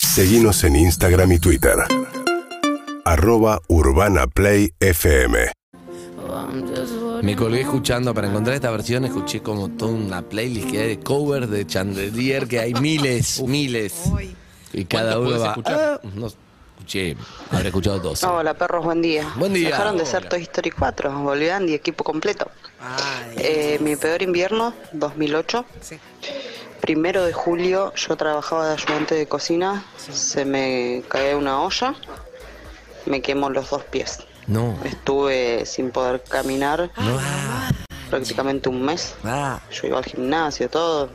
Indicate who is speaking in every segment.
Speaker 1: Seguimos en Instagram y Twitter. Arroba Urbana Play FM.
Speaker 2: Me colgué escuchando, para encontrar esta versión, escuché como toda una playlist que hay de covers de Chandelier, que hay miles, miles. Y cada uno
Speaker 3: ¿Cuántos
Speaker 2: va.
Speaker 3: podés escuchar?
Speaker 2: "Ah, no, escuché, habré escuchado dos.
Speaker 4: Hola perros, buen día.
Speaker 2: Buen día.
Speaker 4: Dejaron de ser
Speaker 2: Hola.
Speaker 4: Toy Story 4, volvió Andy, equipo completo.
Speaker 5: Ay,
Speaker 4: Eh, mi peor invierno, 2008.
Speaker 5: sí.
Speaker 4: Primero de julio yo trabajaba de ayudante de cocina, se me cae una olla, me quemo los dos pies.
Speaker 2: No.
Speaker 4: Estuve sin poder caminar prácticamente un mes.
Speaker 2: Ah,
Speaker 4: Yo iba al gimnasio, todo.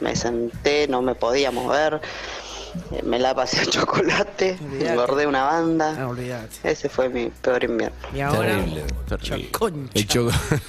Speaker 4: Me senté, no me podía mover. Eh, Me la pasé a chocolate,
Speaker 5: Olvídate.
Speaker 4: engordé una
Speaker 5: Ah,
Speaker 4: banda.
Speaker 5: olvídate.
Speaker 4: Ese fue mi peor invierno.
Speaker 5: Y ahora.
Speaker 2: terrible. terrible.
Speaker 5: Choconcha.
Speaker 2: El choco.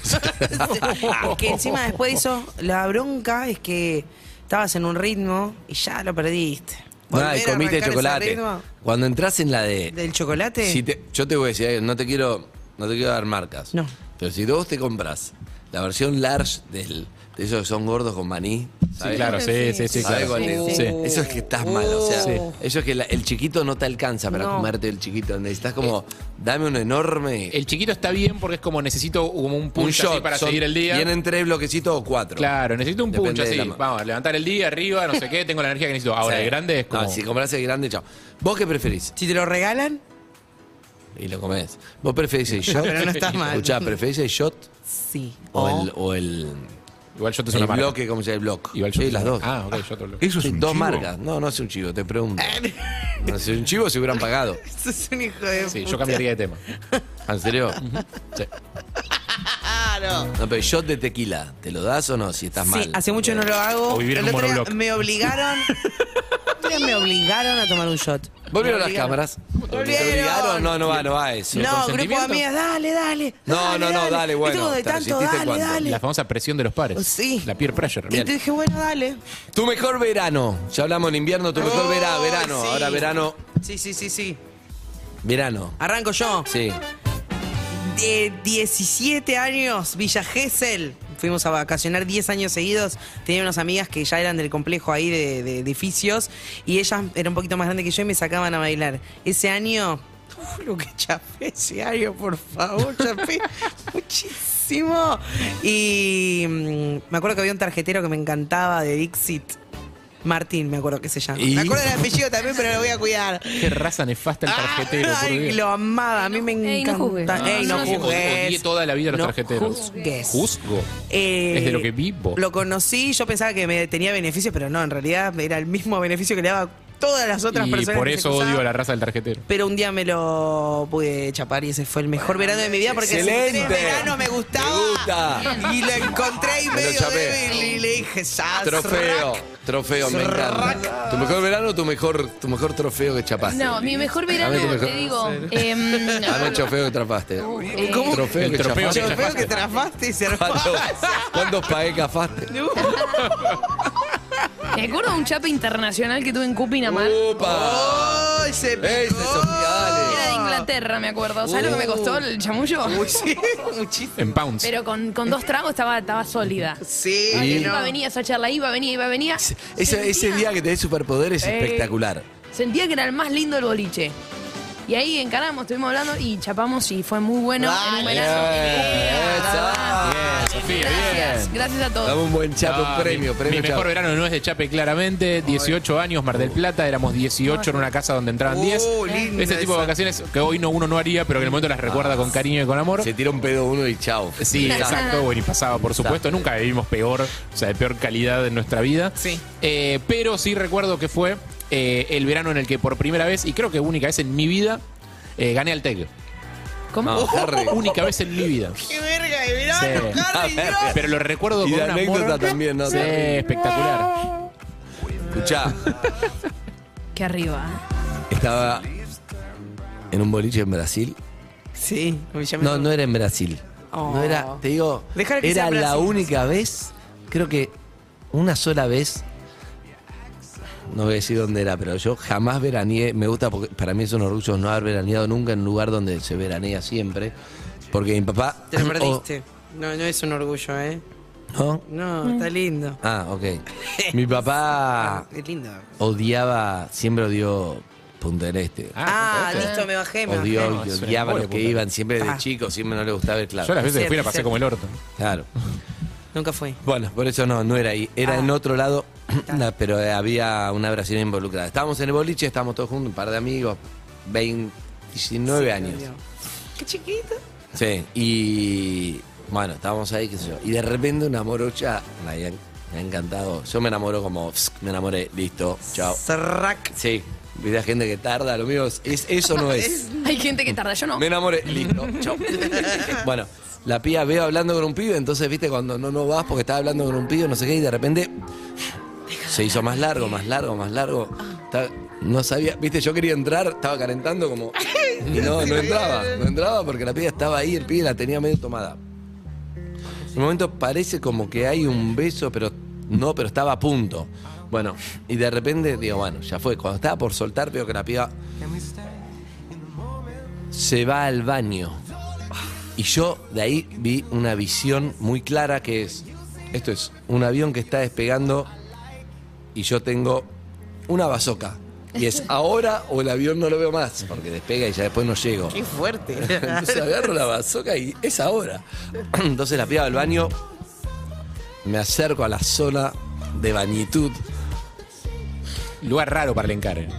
Speaker 5: que encima después hizo la bronca es que estabas en un ritmo y ya lo perdiste.
Speaker 2: Ah,
Speaker 5: Volver
Speaker 2: y
Speaker 5: a
Speaker 2: comiste
Speaker 5: arrancar ese
Speaker 2: chocolate.
Speaker 5: ritmo
Speaker 2: Cuando entras en la de.
Speaker 5: ¿Del chocolate?
Speaker 2: Si te- yo te voy a decir, eh, no te quiero, no te quiero dar marcas.
Speaker 5: No.
Speaker 2: Pero si vos te compras la versión large del, de esos que son gordos con maní,
Speaker 3: Sí,
Speaker 2: ¿sabés?
Speaker 3: claro, sí, sí, sí,
Speaker 2: ¿Sabés
Speaker 3: claro.
Speaker 2: cuál es?
Speaker 3: Sí.
Speaker 2: Eso es que estás mal, o sea,
Speaker 3: Sí.
Speaker 2: eso es que la- el chiquito no te alcanza para
Speaker 5: No.
Speaker 2: comerte el chiquito. Necesitas como, dame un enorme.
Speaker 3: El chiquito está bien porque es como necesito como un
Speaker 2: un
Speaker 3: punch así
Speaker 2: shot.
Speaker 3: para
Speaker 2: Son-
Speaker 3: seguir el día.
Speaker 2: Vienen tres bloquecitos o cuatro.
Speaker 3: Claro, necesito un
Speaker 2: Depende
Speaker 3: punch
Speaker 2: de
Speaker 3: así.
Speaker 2: la ma-
Speaker 3: Vamos, levantar el día arriba, no sé qué, tengo la energía que necesito. Ahora,
Speaker 2: Sí.
Speaker 3: el grande es como.
Speaker 2: No, si compras el grande, chao. ¿Vos qué preferís?
Speaker 5: Si te lo regalan,
Speaker 2: Y lo comés. ¿Vos preferís el shot?
Speaker 5: Pero no está mal. Oh.
Speaker 2: Escuchá, ¿preferís el shot
Speaker 5: sí.
Speaker 2: o,
Speaker 5: O-
Speaker 2: el, o el,
Speaker 3: Igual yo te
Speaker 2: el
Speaker 3: una marca.
Speaker 2: bloque, cómo se llama el bloque?
Speaker 3: Igual yo
Speaker 2: sí,
Speaker 3: te-
Speaker 2: las dos.
Speaker 3: Ah, ok, yo te lo
Speaker 6: Eso es
Speaker 2: Sí,
Speaker 6: un
Speaker 2: dos
Speaker 6: chivo.
Speaker 2: marcas. No, no es un chivo, te pregunto.
Speaker 5: Eh.
Speaker 2: No es un chivo, se hubieran pagado.
Speaker 5: Eso es un hijo de.
Speaker 3: Sí,
Speaker 5: puta.
Speaker 3: yo cambiaría de tema.
Speaker 2: ¿En serio? Sí. No, pero shot de tequila, ¿te lo das o no? Si estás mal.
Speaker 5: Sí, hace mucho no lo hago.
Speaker 3: O vivir en
Speaker 5: El
Speaker 3: un
Speaker 5: otro día
Speaker 3: monobloc.
Speaker 5: me obligaron. el otro día me obligaron a tomar un shot.
Speaker 2: Volvieron
Speaker 5: Me
Speaker 2: las
Speaker 5: obligaron.
Speaker 2: cámaras.
Speaker 5: Volvieron.
Speaker 2: ¿Te obligaron? No, no va, no va eso.
Speaker 5: No, grupo de
Speaker 3: consentimiento?
Speaker 5: amigas, dale, dale.
Speaker 2: No, no, no, dale, bueno,
Speaker 5: Viste cuando
Speaker 2: te
Speaker 5: de tanto,
Speaker 2: resististe
Speaker 5: dale,
Speaker 2: cuando.
Speaker 5: dale.
Speaker 3: La famosa presión de los pares.
Speaker 5: Sí.
Speaker 3: La peer pressure.
Speaker 5: Y te dije, bueno, dale.
Speaker 2: Tu mejor verano. Ya hablamos en invierno, tu mejor
Speaker 5: Oh,
Speaker 2: verano, verano.
Speaker 5: sí.
Speaker 2: Ahora verano,
Speaker 5: Sí, sí, sí, sí.
Speaker 2: verano.
Speaker 5: Arranco yo.
Speaker 2: Sí.
Speaker 5: de 17 años, Villa Gesell. Fuimos a vacacionar 10 años seguidos. Tenía unas amigas que ya eran del complejo ahí de, de edificios y ellas eran un poquito más grandes que yo y me sacaban a bailar. Ese año, uf, lo que chapé ese año, por favor, chapé muchísimo. Y mm, me acuerdo que había un tarjetero que me encantaba de Dixit. Martín, me acuerdo que se llama.
Speaker 2: Y-
Speaker 5: Me acuerdo del apellido también, pero lo voy a cuidar.
Speaker 3: Qué raza nefasta el tarjetero. por
Speaker 5: Ah, Ay,
Speaker 3: Dios.
Speaker 5: lo amaba, a mí me
Speaker 7: Ey,
Speaker 5: encanta.
Speaker 7: no juzgues.
Speaker 5: Ey, no
Speaker 3: Ah, sí, Odié
Speaker 5: juzgues.
Speaker 3: toda la vida a los
Speaker 5: No
Speaker 3: tarjeteros.
Speaker 5: juzgues.
Speaker 3: Juzgo.
Speaker 5: Eh,
Speaker 3: Es de lo que vivo.
Speaker 5: Lo conocí, yo pensaba que me tenía beneficios, pero no, en realidad era el mismo beneficio que le daba a todas las otras
Speaker 3: Y
Speaker 5: personas.
Speaker 3: por
Speaker 5: que se
Speaker 3: eso
Speaker 5: cruzaban.
Speaker 3: odio a la raza del tarjetero.
Speaker 5: Pero un día me lo pude chapar y ese fue el mejor verano de mi vida porque
Speaker 2: excelente.
Speaker 5: ese verano me gustaba.
Speaker 2: Me gusta.
Speaker 5: Y lo encontré y
Speaker 2: Me lo
Speaker 5: medio
Speaker 2: chapé.
Speaker 5: débil y le dije, "Sas,
Speaker 2: Trofeo,
Speaker 5: rack".
Speaker 2: trofeo, me encanta. ¿Tu mejor verano o tu mejor, tu mejor trofeo que chapaste?
Speaker 7: No, mi mejor verano,
Speaker 2: Dame tu mejor-
Speaker 7: te digo. em,
Speaker 2: Dame el trofeo que trapaste.
Speaker 7: eh,
Speaker 5: ¿Cómo?
Speaker 2: Trofeo
Speaker 3: El
Speaker 2: que
Speaker 3: trofeo
Speaker 2: chapaste.
Speaker 3: que
Speaker 5: Trofeo Uh, que trafaste y se
Speaker 2: ¿Cuántos,
Speaker 5: armaba.
Speaker 2: ¿Cuántos pagué cafaste?
Speaker 7: Me acuerdo de un chape internacional que tuve en Cupinamar.
Speaker 2: Uh. ¡Upa!
Speaker 5: ¡Ay, se
Speaker 2: ¡Ey,
Speaker 5: picó!
Speaker 2: Sofía,
Speaker 7: Era de
Speaker 2: dale!
Speaker 7: Inglaterra, me acuerdo. ¿Sabes lo que me
Speaker 2: Uh.
Speaker 7: costó el chamullo?
Speaker 5: Uy, sí, muchísimo.
Speaker 3: En pounds.
Speaker 7: Pero con, con dos tragos estaba, estaba sólida.
Speaker 5: Sí,
Speaker 2: Y-
Speaker 7: Iba, venía esa charla, iba, venía, iba, venía.
Speaker 2: Ese, ese día que tenés superpoderes es
Speaker 7: Ey.
Speaker 2: espectacular.
Speaker 7: Sentía que era el más lindo el boliche. Y ahí encaramos, estuvimos hablando y chapamos y fue muy bueno en un
Speaker 2: Bien,
Speaker 7: verano. en Cupinamar, la verdad.
Speaker 2: esa.
Speaker 3: Sofía,
Speaker 7: Gracias, gracias a todos.
Speaker 2: Dame un buen chape,
Speaker 3: Ah,
Speaker 2: un premio,
Speaker 3: mi,
Speaker 2: premio
Speaker 3: mi mejor
Speaker 2: chape.
Speaker 3: verano no es de Chape, claramente. 18 años, Mar del Plata. Éramos 18 en una casa donde entraban 10.
Speaker 5: Oh, linda
Speaker 3: Ese tipo de
Speaker 5: esa.
Speaker 3: vacaciones que hoy no, uno no haría, pero que en el momento las recuerda con cariño y con amor.
Speaker 2: Se tira un pedo uno y chao.
Speaker 3: Sí, exacto, bueno, y pasaba, por supuesto. Nunca vivimos peor, o sea, de peor calidad en nuestra vida.
Speaker 5: Sí.
Speaker 3: Eh, pero sí recuerdo que fue eh, el verano en el que por primera vez, y creo que única vez en mi vida, eh, gané al TEC.
Speaker 7: ¿Cómo?
Speaker 2: No, Harry.
Speaker 3: Única vez en mi vida.
Speaker 5: qué verga de verano, Harry,
Speaker 3: Sí.
Speaker 2: A ver.
Speaker 5: Dios.
Speaker 3: Pero lo recuerdo
Speaker 2: Y
Speaker 3: con
Speaker 2: la
Speaker 3: un
Speaker 2: anécdota
Speaker 3: amor-
Speaker 2: también, ¿no?
Speaker 3: Sí, espectacular.
Speaker 2: Escuchá,
Speaker 7: Que arriba. ¿eh?
Speaker 2: estaba en un boliche en Brasil.
Speaker 5: ah. Sí, ya me-
Speaker 2: No, no era en Brasil.
Speaker 5: Oh.
Speaker 2: No era, te digo,
Speaker 5: Dejar que sea
Speaker 2: era
Speaker 5: en
Speaker 2: la
Speaker 5: Brasil.
Speaker 2: única vez, creo que una sola vez, no voy a decir dónde era, pero yo jamás veraneé, me gusta porque para mí es un orgullo no haber veraneado nunca en un lugar donde se veranea siempre, porque mi papá...
Speaker 5: Te lo
Speaker 2: o-
Speaker 5: perdiste. No, no es un orgullo, ¿eh?
Speaker 2: ¿No?
Speaker 5: No, está lindo.
Speaker 2: Ah, ok. Mi papá
Speaker 5: Es lindo.
Speaker 2: odiaba, siempre odió Punta del Este.
Speaker 5: Ah,
Speaker 3: perfecto.
Speaker 5: listo, me bajé. Me bajé.
Speaker 2: Odió,
Speaker 3: no, es una
Speaker 2: odiaba
Speaker 3: locura,
Speaker 2: los que
Speaker 3: Punta.
Speaker 2: iban siempre de
Speaker 5: Ah.
Speaker 2: chico, siempre no le gustaba el
Speaker 3: Yo
Speaker 2: claro.
Speaker 3: las veces que fui la
Speaker 5: Cierto,
Speaker 3: pasé
Speaker 5: cierto.
Speaker 3: como el orto.
Speaker 2: Claro.
Speaker 5: Nunca fue.
Speaker 2: Bueno, por eso no, no era ahí. Era en otro lado, na- pero eh, había una brasileña involucrada. Estábamos en el boliche, estábamos todos juntos, un par de amigos, 20, 19 años.
Speaker 5: Qué chiquito.
Speaker 2: Sí, y bueno, estábamos ahí, qué sé yo. Y de repente una morocha, me había, me ha encantado. Yo me enamoro como, psk, me enamoré, listo, chao.
Speaker 5: Sarrac.
Speaker 2: Sí, viste gente que tarda, lo mío es, es- eso no es.
Speaker 7: Hay gente que tarda, yo no.
Speaker 2: Me enamoré, listo, chao. Bueno, la pía veo hablando con un pibe, entonces, viste, cuando no, no vas porque estaba hablando con un pibe, no sé qué, y de repente se hizo más largo, más largo, más largo. Ta- No sabía, viste, yo quería entrar, estaba calentando como. y no, no entraba, no entraba porque la piba estaba ahí, el pibe la tenía medio tomada. En un momento parece como que hay un beso, pero no, pero estaba a punto. Bueno, y de repente digo, bueno, ya fue. Cuando estaba por soltar, veo que la piba se va al baño. Y yo de ahí vi una visión muy clara que es, esto es, un avión que está despegando y yo tengo una bazoca. Y es ahora o el avión no lo veo más, porque despega y ya después no llego.
Speaker 5: Qué fuerte.
Speaker 2: Entonces agarro la bazoca y es ahora. Entonces la piba al baño, me acerco a la zona de bañitud.
Speaker 3: Lugar raro para el encargo.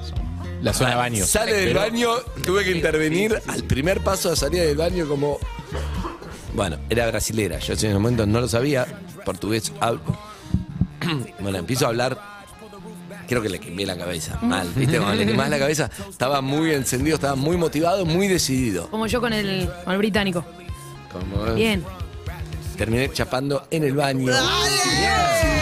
Speaker 3: La zona de baño.
Speaker 2: Ah, Sale del
Speaker 3: Pero-
Speaker 2: baño, tuve que intervenir al primer paso de salida del baño como... Bueno, era brasilera, yo en ese momento no lo sabía, portugués hablo. Bueno, empiezo a hablar, creo que le quemé la cabeza, mal, ¿viste? Cuando le quemás la cabeza, estaba muy encendido, estaba muy motivado, muy decidido.
Speaker 7: Como yo con el, con el británico.
Speaker 2: Como-
Speaker 7: Bien.
Speaker 2: Terminé chapando en el baño.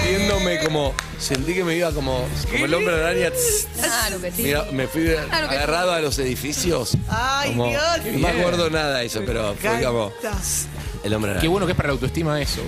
Speaker 2: Sintiéndome como. Sentí que me iba como. Como el hombre araña. tss, tss.
Speaker 7: Claro que sí.
Speaker 2: Mira, me fui de-
Speaker 7: Claro que sí.
Speaker 2: agarrado a los edificios.
Speaker 5: Ay,
Speaker 2: como-
Speaker 5: Dios.
Speaker 2: No me acuerdo nada de eso, pero fue como.
Speaker 5: encanta.
Speaker 2: tss, El hombre
Speaker 3: Qué
Speaker 2: araña.
Speaker 3: bueno que es para la autoestima eso.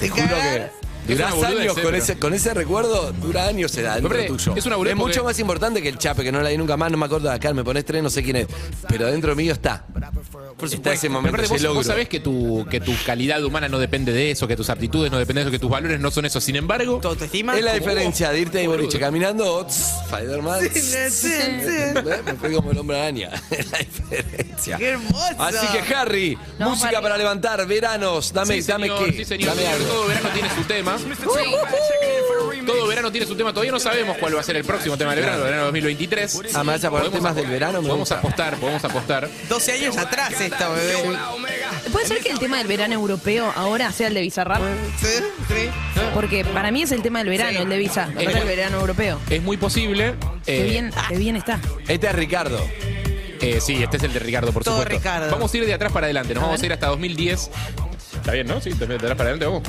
Speaker 2: Te juro que.
Speaker 3: Es una
Speaker 2: Durás
Speaker 3: boludez,
Speaker 2: años
Speaker 3: eh,
Speaker 2: con
Speaker 3: pero-
Speaker 2: ese, con ese recuerdo, dura años se da
Speaker 3: Hombre,
Speaker 2: tuyo.
Speaker 3: es una boludez
Speaker 2: mucho
Speaker 3: porque-
Speaker 2: más importante que el chape, que no la di nunca más, no me acuerdo de acá, me pones tres, no sé quién es. Pero dentro mío está. está ese
Speaker 3: Pero
Speaker 2: este momento,
Speaker 3: aparte
Speaker 2: ese
Speaker 3: vos, vos
Speaker 2: logro.
Speaker 3: sabés que tu, que tu calidad humana no depende de eso, que tus aptitudes no dependen de eso, que tus valores no son esos. Sin embargo,
Speaker 5: ¿Tu autoestima?
Speaker 2: Es la
Speaker 5: Como-
Speaker 2: diferencia de irte de boliche caminando o tss, Spider-Man.
Speaker 5: Sí, sí,
Speaker 2: ¿Entendés? Me fui como el hombre araña. Es la diferencia.
Speaker 5: ¡Qué hermoso!
Speaker 2: Así que, Harry,
Speaker 7: No,
Speaker 2: música
Speaker 7: Harry.
Speaker 2: para levantar, veranos. Dame,
Speaker 3: sí,
Speaker 2: dame
Speaker 3: señor,
Speaker 2: qué.
Speaker 3: sí, señor,
Speaker 2: dame
Speaker 3: señor,
Speaker 2: algo.
Speaker 3: todo verano tiene su tema. Todo verano tiene su tema. Todavía no sabemos cuál va a ser el próximo tema del verano, el verano 2023.
Speaker 2: Ah, ¿me vas a poner temas del verano? Me
Speaker 3: Podemos
Speaker 2: gusta.
Speaker 3: apostar, podemos apostar.
Speaker 5: 12 años atrás esto, bebé.
Speaker 7: ¿Puede ser que el tema del verano europeo ahora sea el de Bizarrap?
Speaker 5: Sí, sí.
Speaker 7: Porque para mí es el tema del verano, el de Visa, no
Speaker 3: Es-
Speaker 7: el verano europeo.
Speaker 3: Es muy posible.
Speaker 7: Qué
Speaker 3: eh,
Speaker 7: bien, qué bien está.
Speaker 2: Este es Ricardo.
Speaker 3: Eh, sí, este es el de Ricardo, por
Speaker 5: Todo
Speaker 3: supuesto.
Speaker 5: Ricardo.
Speaker 3: Vamos a ir de atrás para adelante, nos
Speaker 7: A
Speaker 3: vamos
Speaker 7: ver.
Speaker 3: a ir hasta 2010. Está bien, ¿no? Sí, de de atrás para adelante, vamos.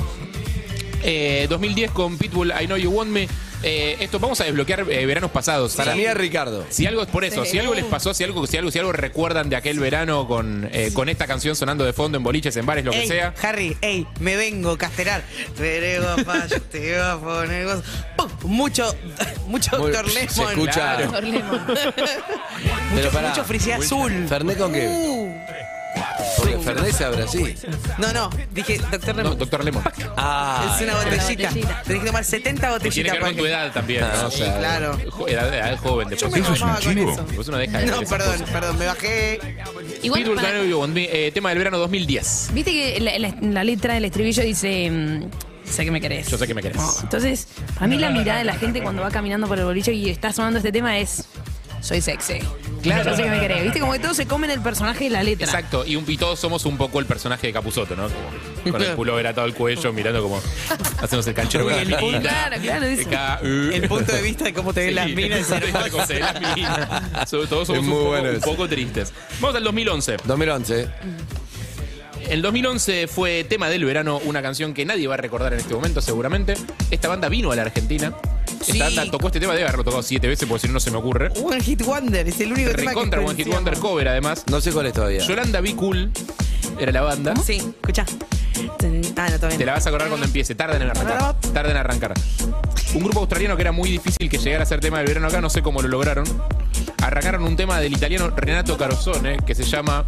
Speaker 3: Eh, 2010 con Pitbull, I Know You Want Me. Eh, esto, vamos a desbloquear eh, veranos pasados.
Speaker 2: Para
Speaker 3: Si-
Speaker 2: mí es Ricardo.
Speaker 3: Si algo es por eso,
Speaker 7: Sí.
Speaker 3: si algo les pasó, si algo, si algo, si algo recuerdan de aquel verano con, eh, con esta canción sonando de fondo en boliches, en bares, lo que
Speaker 5: Ey,
Speaker 3: sea.
Speaker 5: Harry, ey, me vengo a castelar. Veré guapa, yo te voy a poner gozo. Pum, Mucho, mucho
Speaker 2: Muy-
Speaker 5: Dr. Lemon.
Speaker 2: se escucha.
Speaker 5: Claro.
Speaker 2: Pero
Speaker 5: Mucho,
Speaker 2: pará.
Speaker 5: mucho frisé azul.
Speaker 2: ¿Ferné con qué?
Speaker 5: Uh,
Speaker 2: Porque Ferné se abre así.
Speaker 5: No, no, dije Dr.
Speaker 3: No,
Speaker 5: Lemon.
Speaker 3: doctor Lemon.
Speaker 2: Ah.
Speaker 5: es una
Speaker 7: la
Speaker 5: botellita.
Speaker 7: botellita.
Speaker 5: Tenés que tomar 70
Speaker 3: Y tiene
Speaker 5: botellitas
Speaker 3: que ver
Speaker 5: para
Speaker 3: con tu
Speaker 5: que-
Speaker 3: edad también.
Speaker 2: Ah,
Speaker 3: ¿no?
Speaker 2: o
Speaker 5: Sí,
Speaker 2: sea,
Speaker 5: claro.
Speaker 3: Jo- edad, edad joven, después.
Speaker 5: Yo me
Speaker 3: Vos
Speaker 5: formaba con eso.
Speaker 3: vos una deja de
Speaker 5: No,
Speaker 3: esas
Speaker 5: perdón,
Speaker 3: cosas.
Speaker 5: perdón, me bajé.
Speaker 7: Igual,
Speaker 3: Pitbull,
Speaker 7: para-
Speaker 3: I Know You Want Me, eh, tema del verano 2010.
Speaker 7: viste que la, la- la letra del estribillo dice, mm, sé que me querés.
Speaker 3: Yo sé que me querés.
Speaker 7: No, entonces, a mí la mirada de la gente cuando va caminando por el boliche y está sonando este tema es, soy sexy.
Speaker 3: Claro.
Speaker 7: Yo sé que me querés. Viste como que todos se comen el personaje y la letra.
Speaker 3: Exacto, y, un, y todos somos un poco el personaje de Capuzoto, ¿no? Como con el pullover atado al cuello, mirando como hacemos el canchero con la uh.
Speaker 5: El punto-
Speaker 3: minita.
Speaker 7: Claro, claro. dice-
Speaker 3: Acá,
Speaker 5: El punto de vista de cómo te ven las minas es hermoso.
Speaker 3: Todos
Speaker 2: Es
Speaker 3: somos un
Speaker 2: muy
Speaker 3: poco,
Speaker 2: bueno
Speaker 3: un
Speaker 2: eso.
Speaker 3: poco tristes. Vamos al 2011.
Speaker 2: 2011.
Speaker 3: El 2011 fue tema del verano, una canción que nadie va a recordar en este momento, seguramente. Esta banda vino a la Argentina. Esta
Speaker 5: Sí.
Speaker 3: banda tocó este tema, debe haberlo tocado siete veces, porque si no, no se me ocurre.
Speaker 5: One Hit Wonder, es el único tema que
Speaker 3: Recontra One Hit Wonder
Speaker 5: conocíamos.
Speaker 3: Cover, además.
Speaker 2: No sé cuál es todavía.
Speaker 3: Yolanda Be Cool era la banda.
Speaker 5: Sí, escuchá. Ah, no,
Speaker 3: Te
Speaker 5: todavía
Speaker 3: la
Speaker 5: no.
Speaker 3: vas a acordar cuando empiece. Tarda en arrancar. Tarda en arrancar. Un grupo australiano que era muy difícil que llegara a ser tema del verano acá, no sé cómo lo eh, lograron. Arrancaron un tema del italiano Renato Carosone que se llama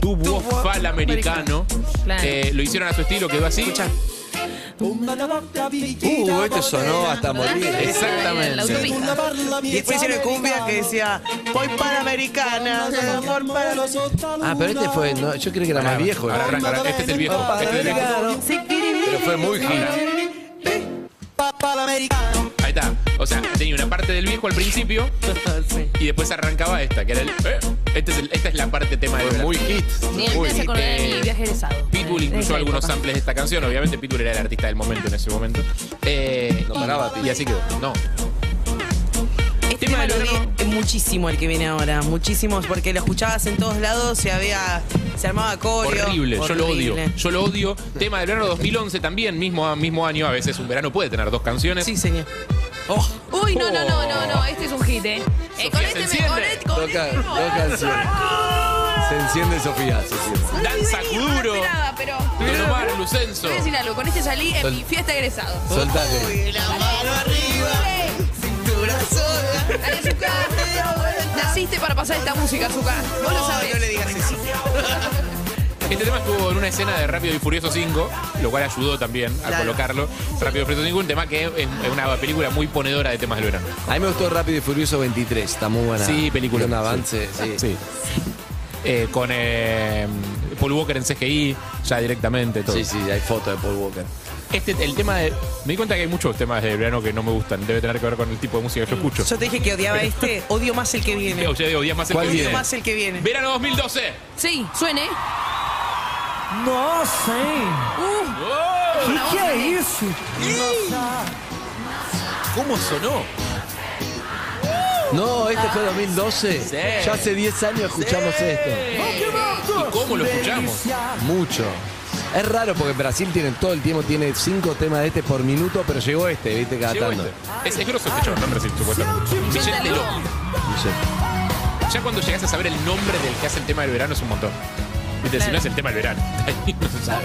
Speaker 3: tu
Speaker 7: Tubo
Speaker 3: fal americano.
Speaker 7: Claro.
Speaker 3: Eh, lo hicieron a su estilo, quedó así.
Speaker 2: Uh, esto sonó hasta morir.
Speaker 3: Exactamente.
Speaker 7: La autopista.
Speaker 5: Y después hicieron cumbia que decía, voy para americana, amor para los
Speaker 2: Ah, pero este fue. no, yo creo que era más viejo.
Speaker 3: Ahora,
Speaker 2: ¿no?
Speaker 3: arranca, arranca. Este es el viejo.
Speaker 2: Papá
Speaker 3: Este es el viejo.
Speaker 2: americano. Pero fue muy hit.
Speaker 3: Ahí está. O sea, tenía una parte del viejo al principio
Speaker 5: Sí.
Speaker 3: y después arrancaba esta, que era el. eh. Este es el- esta es la parte tema de Eh,
Speaker 2: Fue muy hit.
Speaker 7: Sí, me hace acordar de mi viaje egresado.
Speaker 3: Pitbull
Speaker 7: De
Speaker 3: incluyó
Speaker 7: esa
Speaker 3: algunos
Speaker 7: época.
Speaker 3: samples de esta canción. Obviamente, Pitbull era el artista del momento en ese momento. Eh,
Speaker 2: No
Speaker 3: y-
Speaker 2: paraba,
Speaker 3: y,
Speaker 2: Pitbull.
Speaker 3: así quedó. No.
Speaker 5: Este tema lo vi muchísimo el que viene ahora, muchísimos, porque lo escuchabas en todos lados, se había, se armaba coreo.
Speaker 3: Horrible, yo lo odio.
Speaker 5: horrible.
Speaker 3: Yo lo odio. Tema del verano 2011 también, mismo, mismo año. A veces un verano puede tener dos canciones.
Speaker 5: Sí, señor.
Speaker 7: Oh. Uy, no, no, no, no, no, este es un hit, eh. Eh, con
Speaker 3: Sofía, se
Speaker 7: este me
Speaker 3: enciende.
Speaker 7: con este- con
Speaker 2: Toca,
Speaker 7: este me-
Speaker 2: dos canciones. Se enciende Sofía. Se enciende.
Speaker 3: Danza
Speaker 7: No me
Speaker 3: Kuduro,
Speaker 7: esperaba, pero.
Speaker 3: Don Omar, Lucenzo.
Speaker 7: Te voy a decir algo, con este salí en mi fiesta de egresado.
Speaker 2: Soltate.
Speaker 7: Dale, Zucca. Naciste para pasar esta música, Zucca. Vos lo sabés.
Speaker 5: No le digas eso.
Speaker 3: Este tema estuvo en una escena de Rápido y Furioso 5, lo cual ayudó también a
Speaker 5: Claro.
Speaker 3: colocarlo. Rápido y Furioso 5, un tema que es, es una película muy ponedora de temas del verano.
Speaker 2: A mí me gustó Rápido y Furioso 23. Está muy buena.
Speaker 3: Sí, película.
Speaker 2: Un avance. Sí.
Speaker 3: Eh, con eh, Paul Walker en CGI, ya directamente todo.
Speaker 2: Sí, sí, hay fotos de Paul Walker.
Speaker 3: Este, el tema de. Me di cuenta que hay muchos temas de verano que no me gustan. Debe tener que ver con el tipo de música que yo escucho.
Speaker 5: Yo te dije que odiaba este, odio más el que viene.
Speaker 3: Digo, ya digo, días más el
Speaker 2: ¿Cuál
Speaker 3: que
Speaker 2: viene?
Speaker 5: Odio más el que viene.
Speaker 3: Verano 2012.
Speaker 7: Sí, suene.
Speaker 6: No sé.
Speaker 7: Uh,
Speaker 6: ¿Y qué es eso?
Speaker 3: ¿Cómo sonó?
Speaker 2: No, este fue 2012.
Speaker 3: Sí.
Speaker 2: Ya hace 10 años escuchamos esto.
Speaker 3: Eh, ¿Y cómo lo escuchamos?
Speaker 2: Mucho. Es raro porque Brasil tiene todo el tiempo, tiene 5 temas de este por minuto, pero llegó este, viste, cada
Speaker 3: Llegó
Speaker 2: tanto.
Speaker 3: este. Es, es grosso este chabón, ¿no? En Brasil, supuestamente.
Speaker 7: este.
Speaker 3: Michel Teló. Ya cuando llegas a saber el nombre del que hace el tema del verano es un montón. Viste, Si no es el tema del verano. No se sabe.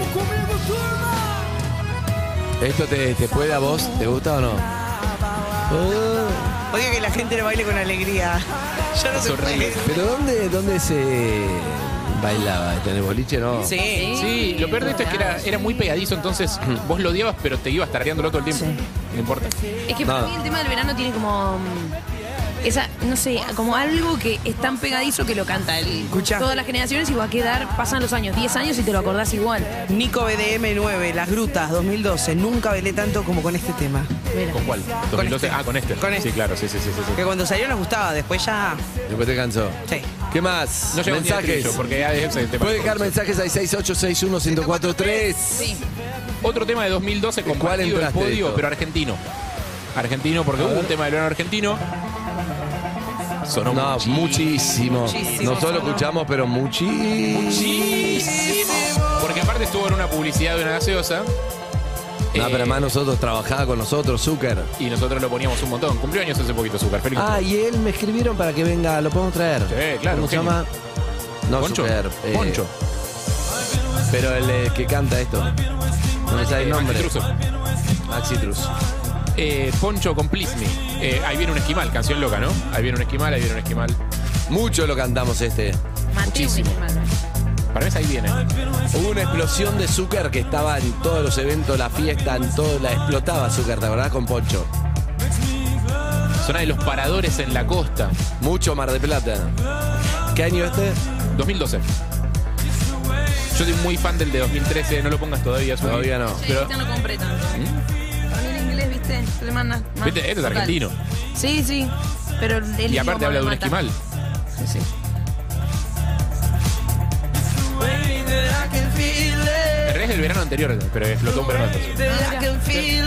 Speaker 2: ¿Esto te, te puede a vos? ¿Te gusta o no?
Speaker 3: Ah.
Speaker 2: Oh,
Speaker 5: Odio que la gente lo baile con alegría. Yo no
Speaker 3: Es
Speaker 5: sé
Speaker 3: horrible.
Speaker 2: pero ¿dónde, dónde se bailaba? ¿En el boliche no?
Speaker 5: Sí.
Speaker 3: Sí, lo peor de esto es que era, era muy pegadizo, entonces vos lo odiabas, pero te ibas tardeándolo todo el tiempo. No importa.
Speaker 7: Es que para
Speaker 2: Nada.
Speaker 7: mí el tema del verano tiene como. mm, Esa, no sé, como algo que es tan pegadizo que lo canta el,
Speaker 5: Escuchá.
Speaker 7: todas las generaciones y va a quedar, pasan los años, 10 años y te lo acordás igual.
Speaker 5: Nico BDM9, Las Grutas, 2012. Nunca bailé tanto como con este tema.
Speaker 7: Mira.
Speaker 3: ¿Con cuál?
Speaker 5: Con
Speaker 3: 2012.
Speaker 5: este.
Speaker 3: Ah, con este.
Speaker 5: Con este.
Speaker 3: Sí, claro, sí, sí, sí. sí, sí.
Speaker 5: Que cuando salió nos gustaba, después ya.
Speaker 2: Después te cansó.
Speaker 5: Sí.
Speaker 2: ¿Qué más?
Speaker 3: No llegó ni al
Speaker 2: mensajes.
Speaker 3: trillo, porque ya es el tema.
Speaker 2: Puede dejar mensajes al 6861-1043.
Speaker 7: Sí.
Speaker 3: Otro tema de 2012
Speaker 2: ¿Cuál
Speaker 3: compartido el
Speaker 2: entraste,
Speaker 3: podio,
Speaker 2: Dito?
Speaker 3: pero argentino. Argentino, porque hubo un tema del verano argentino. Sonó
Speaker 2: No,
Speaker 3: muchísimo.
Speaker 2: muchísimo.
Speaker 5: Muchísimo.
Speaker 2: Nosotros lo escuchamos, pero muchísimo.
Speaker 3: Muchísimo. Porque aparte estuvo en una publicidad de una gaseosa.
Speaker 2: No,
Speaker 3: Eh,
Speaker 2: pero más nosotros trabajaba con nosotros, Zucker.
Speaker 3: Y nosotros lo poníamos un montón. Cumplió años hace poquito, Super. Feliz.
Speaker 2: Ah, y él me escribieron para que venga, lo podemos traer.
Speaker 3: Sí, claro,
Speaker 2: ¿Cómo se
Speaker 3: genio.
Speaker 2: llama? No,
Speaker 3: Poncho.
Speaker 2: Zucker, eh,
Speaker 3: Poncho.
Speaker 2: Pero el eh, que canta esto. No me sale el
Speaker 3: Eh, Maxi
Speaker 2: nombre.
Speaker 3: Truso.
Speaker 2: Maxi Truso.
Speaker 3: Eh, Poncho con Please Me. Eh, ahí viene un esquimal, canción loca, ¿no? Ahí viene un esquimal, ahí viene un esquimal.
Speaker 2: Mucho lo cantamos este.
Speaker 7: Mateo
Speaker 3: Muchísimo. Para mí es ahí viene.
Speaker 2: Hubo una explosión de Zucker que estaba en todos los eventos, la fiesta, en todo, la explotaba Zucker, ¿te acordás? Con Poncho.
Speaker 3: Zona de los paradores en la costa.
Speaker 2: Mucho Mar de Plata. ¿Qué año este?
Speaker 3: 2012. Yo soy muy fan del de 2013, no lo pongas todavía. Zuli.
Speaker 2: Todavía no.
Speaker 3: Pero,
Speaker 7: no compré tanto. el inglés, viste, le manda.
Speaker 3: Viste, este es argentino.
Speaker 7: Sí, sí. Pero el
Speaker 3: y aparte habla de un esquimal.
Speaker 7: Sí, sí.
Speaker 3: En realidad es del verano anterior, pero explotó un verano anterior.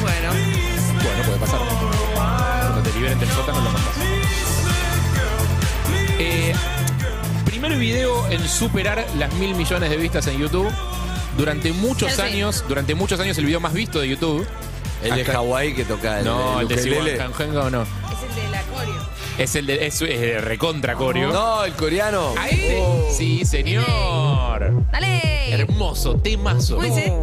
Speaker 5: Bueno.
Speaker 3: Bueno, puede pasar. Cuando te liberen del sótano lo mandas. Eh, primer video en superar las mil millones de vistas en YouTube. Durante muchos
Speaker 7: Selfie.
Speaker 3: años, durante muchos años el video más visto de YouTube.
Speaker 2: El de
Speaker 3: Hasta-
Speaker 2: Hawái que toca el
Speaker 3: No, el de
Speaker 2: ukelele.
Speaker 3: Siwan Hanhenga o no.
Speaker 7: Es el del acorio.
Speaker 3: Es el de, es, eh, recontra coreo.
Speaker 2: No, Oh. el coreano.
Speaker 3: Ahí, sí, señor.
Speaker 7: Dale.
Speaker 3: Hermoso, temazo.
Speaker 7: ¿Cómo dice?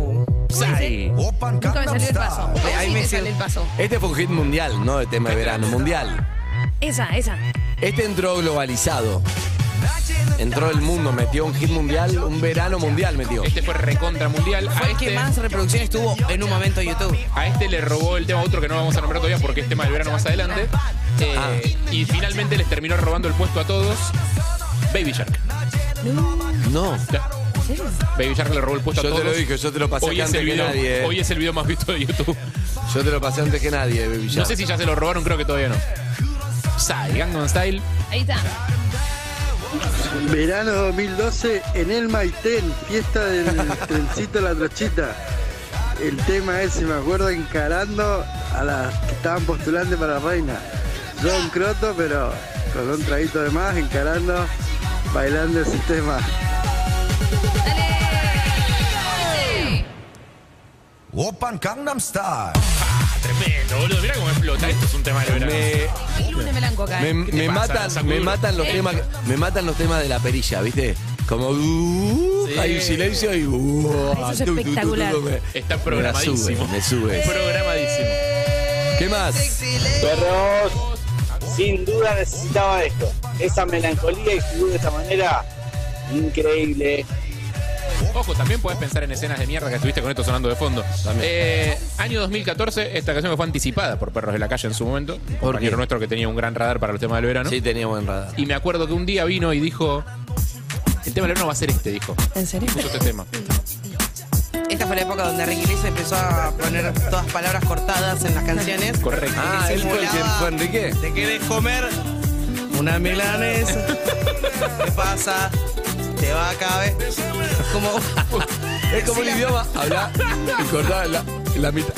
Speaker 3: Psy.
Speaker 7: Nunca me salió el paso. A vos
Speaker 5: Eh, ahí
Speaker 7: sí
Speaker 5: me
Speaker 7: te
Speaker 5: hice-
Speaker 7: sale el paso.
Speaker 2: Este fue un hit mundial, no de tema de verano, mundial.
Speaker 7: Esa, esa.
Speaker 2: Este entró globalizado. Entró el mundo, metió un hit mundial, un verano mundial metió.
Speaker 3: Este fue recontra mundial. A
Speaker 5: Fue el
Speaker 3: este,
Speaker 5: que más reproducciones tuvo en un momento YouTube.
Speaker 3: a este le robó el tema a otro que no vamos a nombrar todavía porque es tema del verano más adelante.
Speaker 2: Ah.
Speaker 3: Eh, Y finalmente les terminó robando el puesto a todos. Baby Shark.
Speaker 2: No,
Speaker 3: Ya. Baby Shark le robó el puesto a
Speaker 2: yo
Speaker 3: todos.
Speaker 2: te lo dije, yo te lo pasé
Speaker 3: Hoy es,
Speaker 2: antes
Speaker 3: el
Speaker 2: que
Speaker 3: video,
Speaker 2: nadie. eh.
Speaker 3: hoy es el video más visto de YouTube.
Speaker 2: Yo te lo pasé antes que nadie, Baby
Speaker 3: No
Speaker 2: Shark.
Speaker 3: sé si ya se lo robaron, creo que todavía no. Psy, Gangnam Style.
Speaker 7: Ahí está.
Speaker 8: Verano 2012 en el Maitén, fiesta del trencito La Trochita. El tema ese, me acuerdo, encarando a las que estaban postulando para reina. Yo un croto, pero con un traguito de más, encarando, bailando el sistema.
Speaker 7: Dale.
Speaker 9: Open Gangnam Style.
Speaker 3: Ah, Tremendo, boludo. Mira cómo explota. Esto es un tema de verano.
Speaker 2: Me,
Speaker 7: Hay lunes blanco acá.
Speaker 2: me-
Speaker 7: eh.
Speaker 3: ¿Qué te
Speaker 2: me
Speaker 3: pasa,
Speaker 2: matan,
Speaker 3: Sacudo?
Speaker 2: me matan los
Speaker 7: Sí.
Speaker 2: temas, me matan los temas de la perilla, ¿viste? Como uh,
Speaker 3: Sí.
Speaker 2: hay un silencio y uh,
Speaker 7: Eso es
Speaker 2: tu, tu, tu,
Speaker 7: espectacular.
Speaker 2: tu, me-
Speaker 3: Está
Speaker 2: me la sube,
Speaker 3: programadísimo.
Speaker 2: Me sube.
Speaker 3: Programadísimo.
Speaker 2: ¿Qué más?
Speaker 10: Perros, sin duda necesitaba esto. Esa melancolía y fluir de esta manera, increíble.
Speaker 3: Ojo, también puedes pensar en escenas de mierda que estuviste con esto sonando de fondo. Eh, año 2014, esta canción que fue anticipada por Perros de la Calle en su momento. Un compañero
Speaker 2: qué?
Speaker 3: nuestro que tenía un gran radar para los temas del verano.
Speaker 2: Sí, tenía buen radar.
Speaker 3: Y me acuerdo que un día vino y dijo: El tema del verano va a ser este, dijo.
Speaker 7: ¿En serio?
Speaker 3: Puso este tema.
Speaker 5: Esta fue la época donde Ricky Lee se empezó a poner todas palabras cortadas en las canciones.
Speaker 3: Correcto.
Speaker 2: Ah, él fue el que
Speaker 5: Simulaba.
Speaker 2: fue Enrique.
Speaker 5: ¿Te querés comer una milanesa? ¿Qué pasa? Te va a caber. Como
Speaker 2: Es como el
Speaker 5: Sí, la-
Speaker 2: idioma, habla y cortá la, la mitad.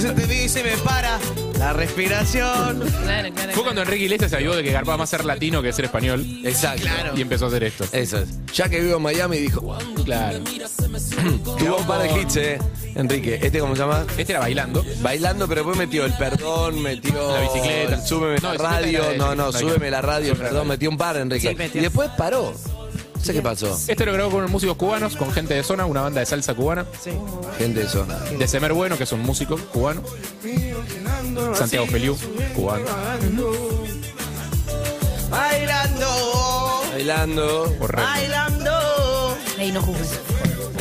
Speaker 5: se te dice y me para la respiración.
Speaker 7: Claro, claro.
Speaker 3: Fue cuando Enrique Iglesias se avivó de que garpaba más ser latino que ser español.
Speaker 2: Exacto.
Speaker 3: Y empezó a hacer esto.
Speaker 2: Eso es. Ya que vivo en Miami dijo,
Speaker 3: Claro.
Speaker 2: tuvo un par de hits, eh. Enrique, ¿este cómo se llama?
Speaker 3: Este era bailando.
Speaker 2: Bailando, pero después metió el perdón, metió
Speaker 3: La bicicleta.
Speaker 2: el Súbeme la
Speaker 3: No, bicicleta
Speaker 2: radio.
Speaker 3: era de-
Speaker 2: No, no,
Speaker 3: la-
Speaker 2: súbeme la radio, el
Speaker 3: Súbeme la
Speaker 2: perdón,
Speaker 3: radio.
Speaker 2: metió un par, Enrique.
Speaker 5: Sí, metió.
Speaker 2: y después paró. No sé qué pasó.
Speaker 3: Este lo grabó con músicos cubanos, con gente de zona, una banda de salsa cubana.
Speaker 2: Gente de zona.
Speaker 3: De Semer Bueno, que es un músico cubano. Santiago Feliu, cubano.
Speaker 5: Bailando,
Speaker 2: Bailando.
Speaker 3: Correcto.
Speaker 5: bailando.
Speaker 7: Ahí no juzgues.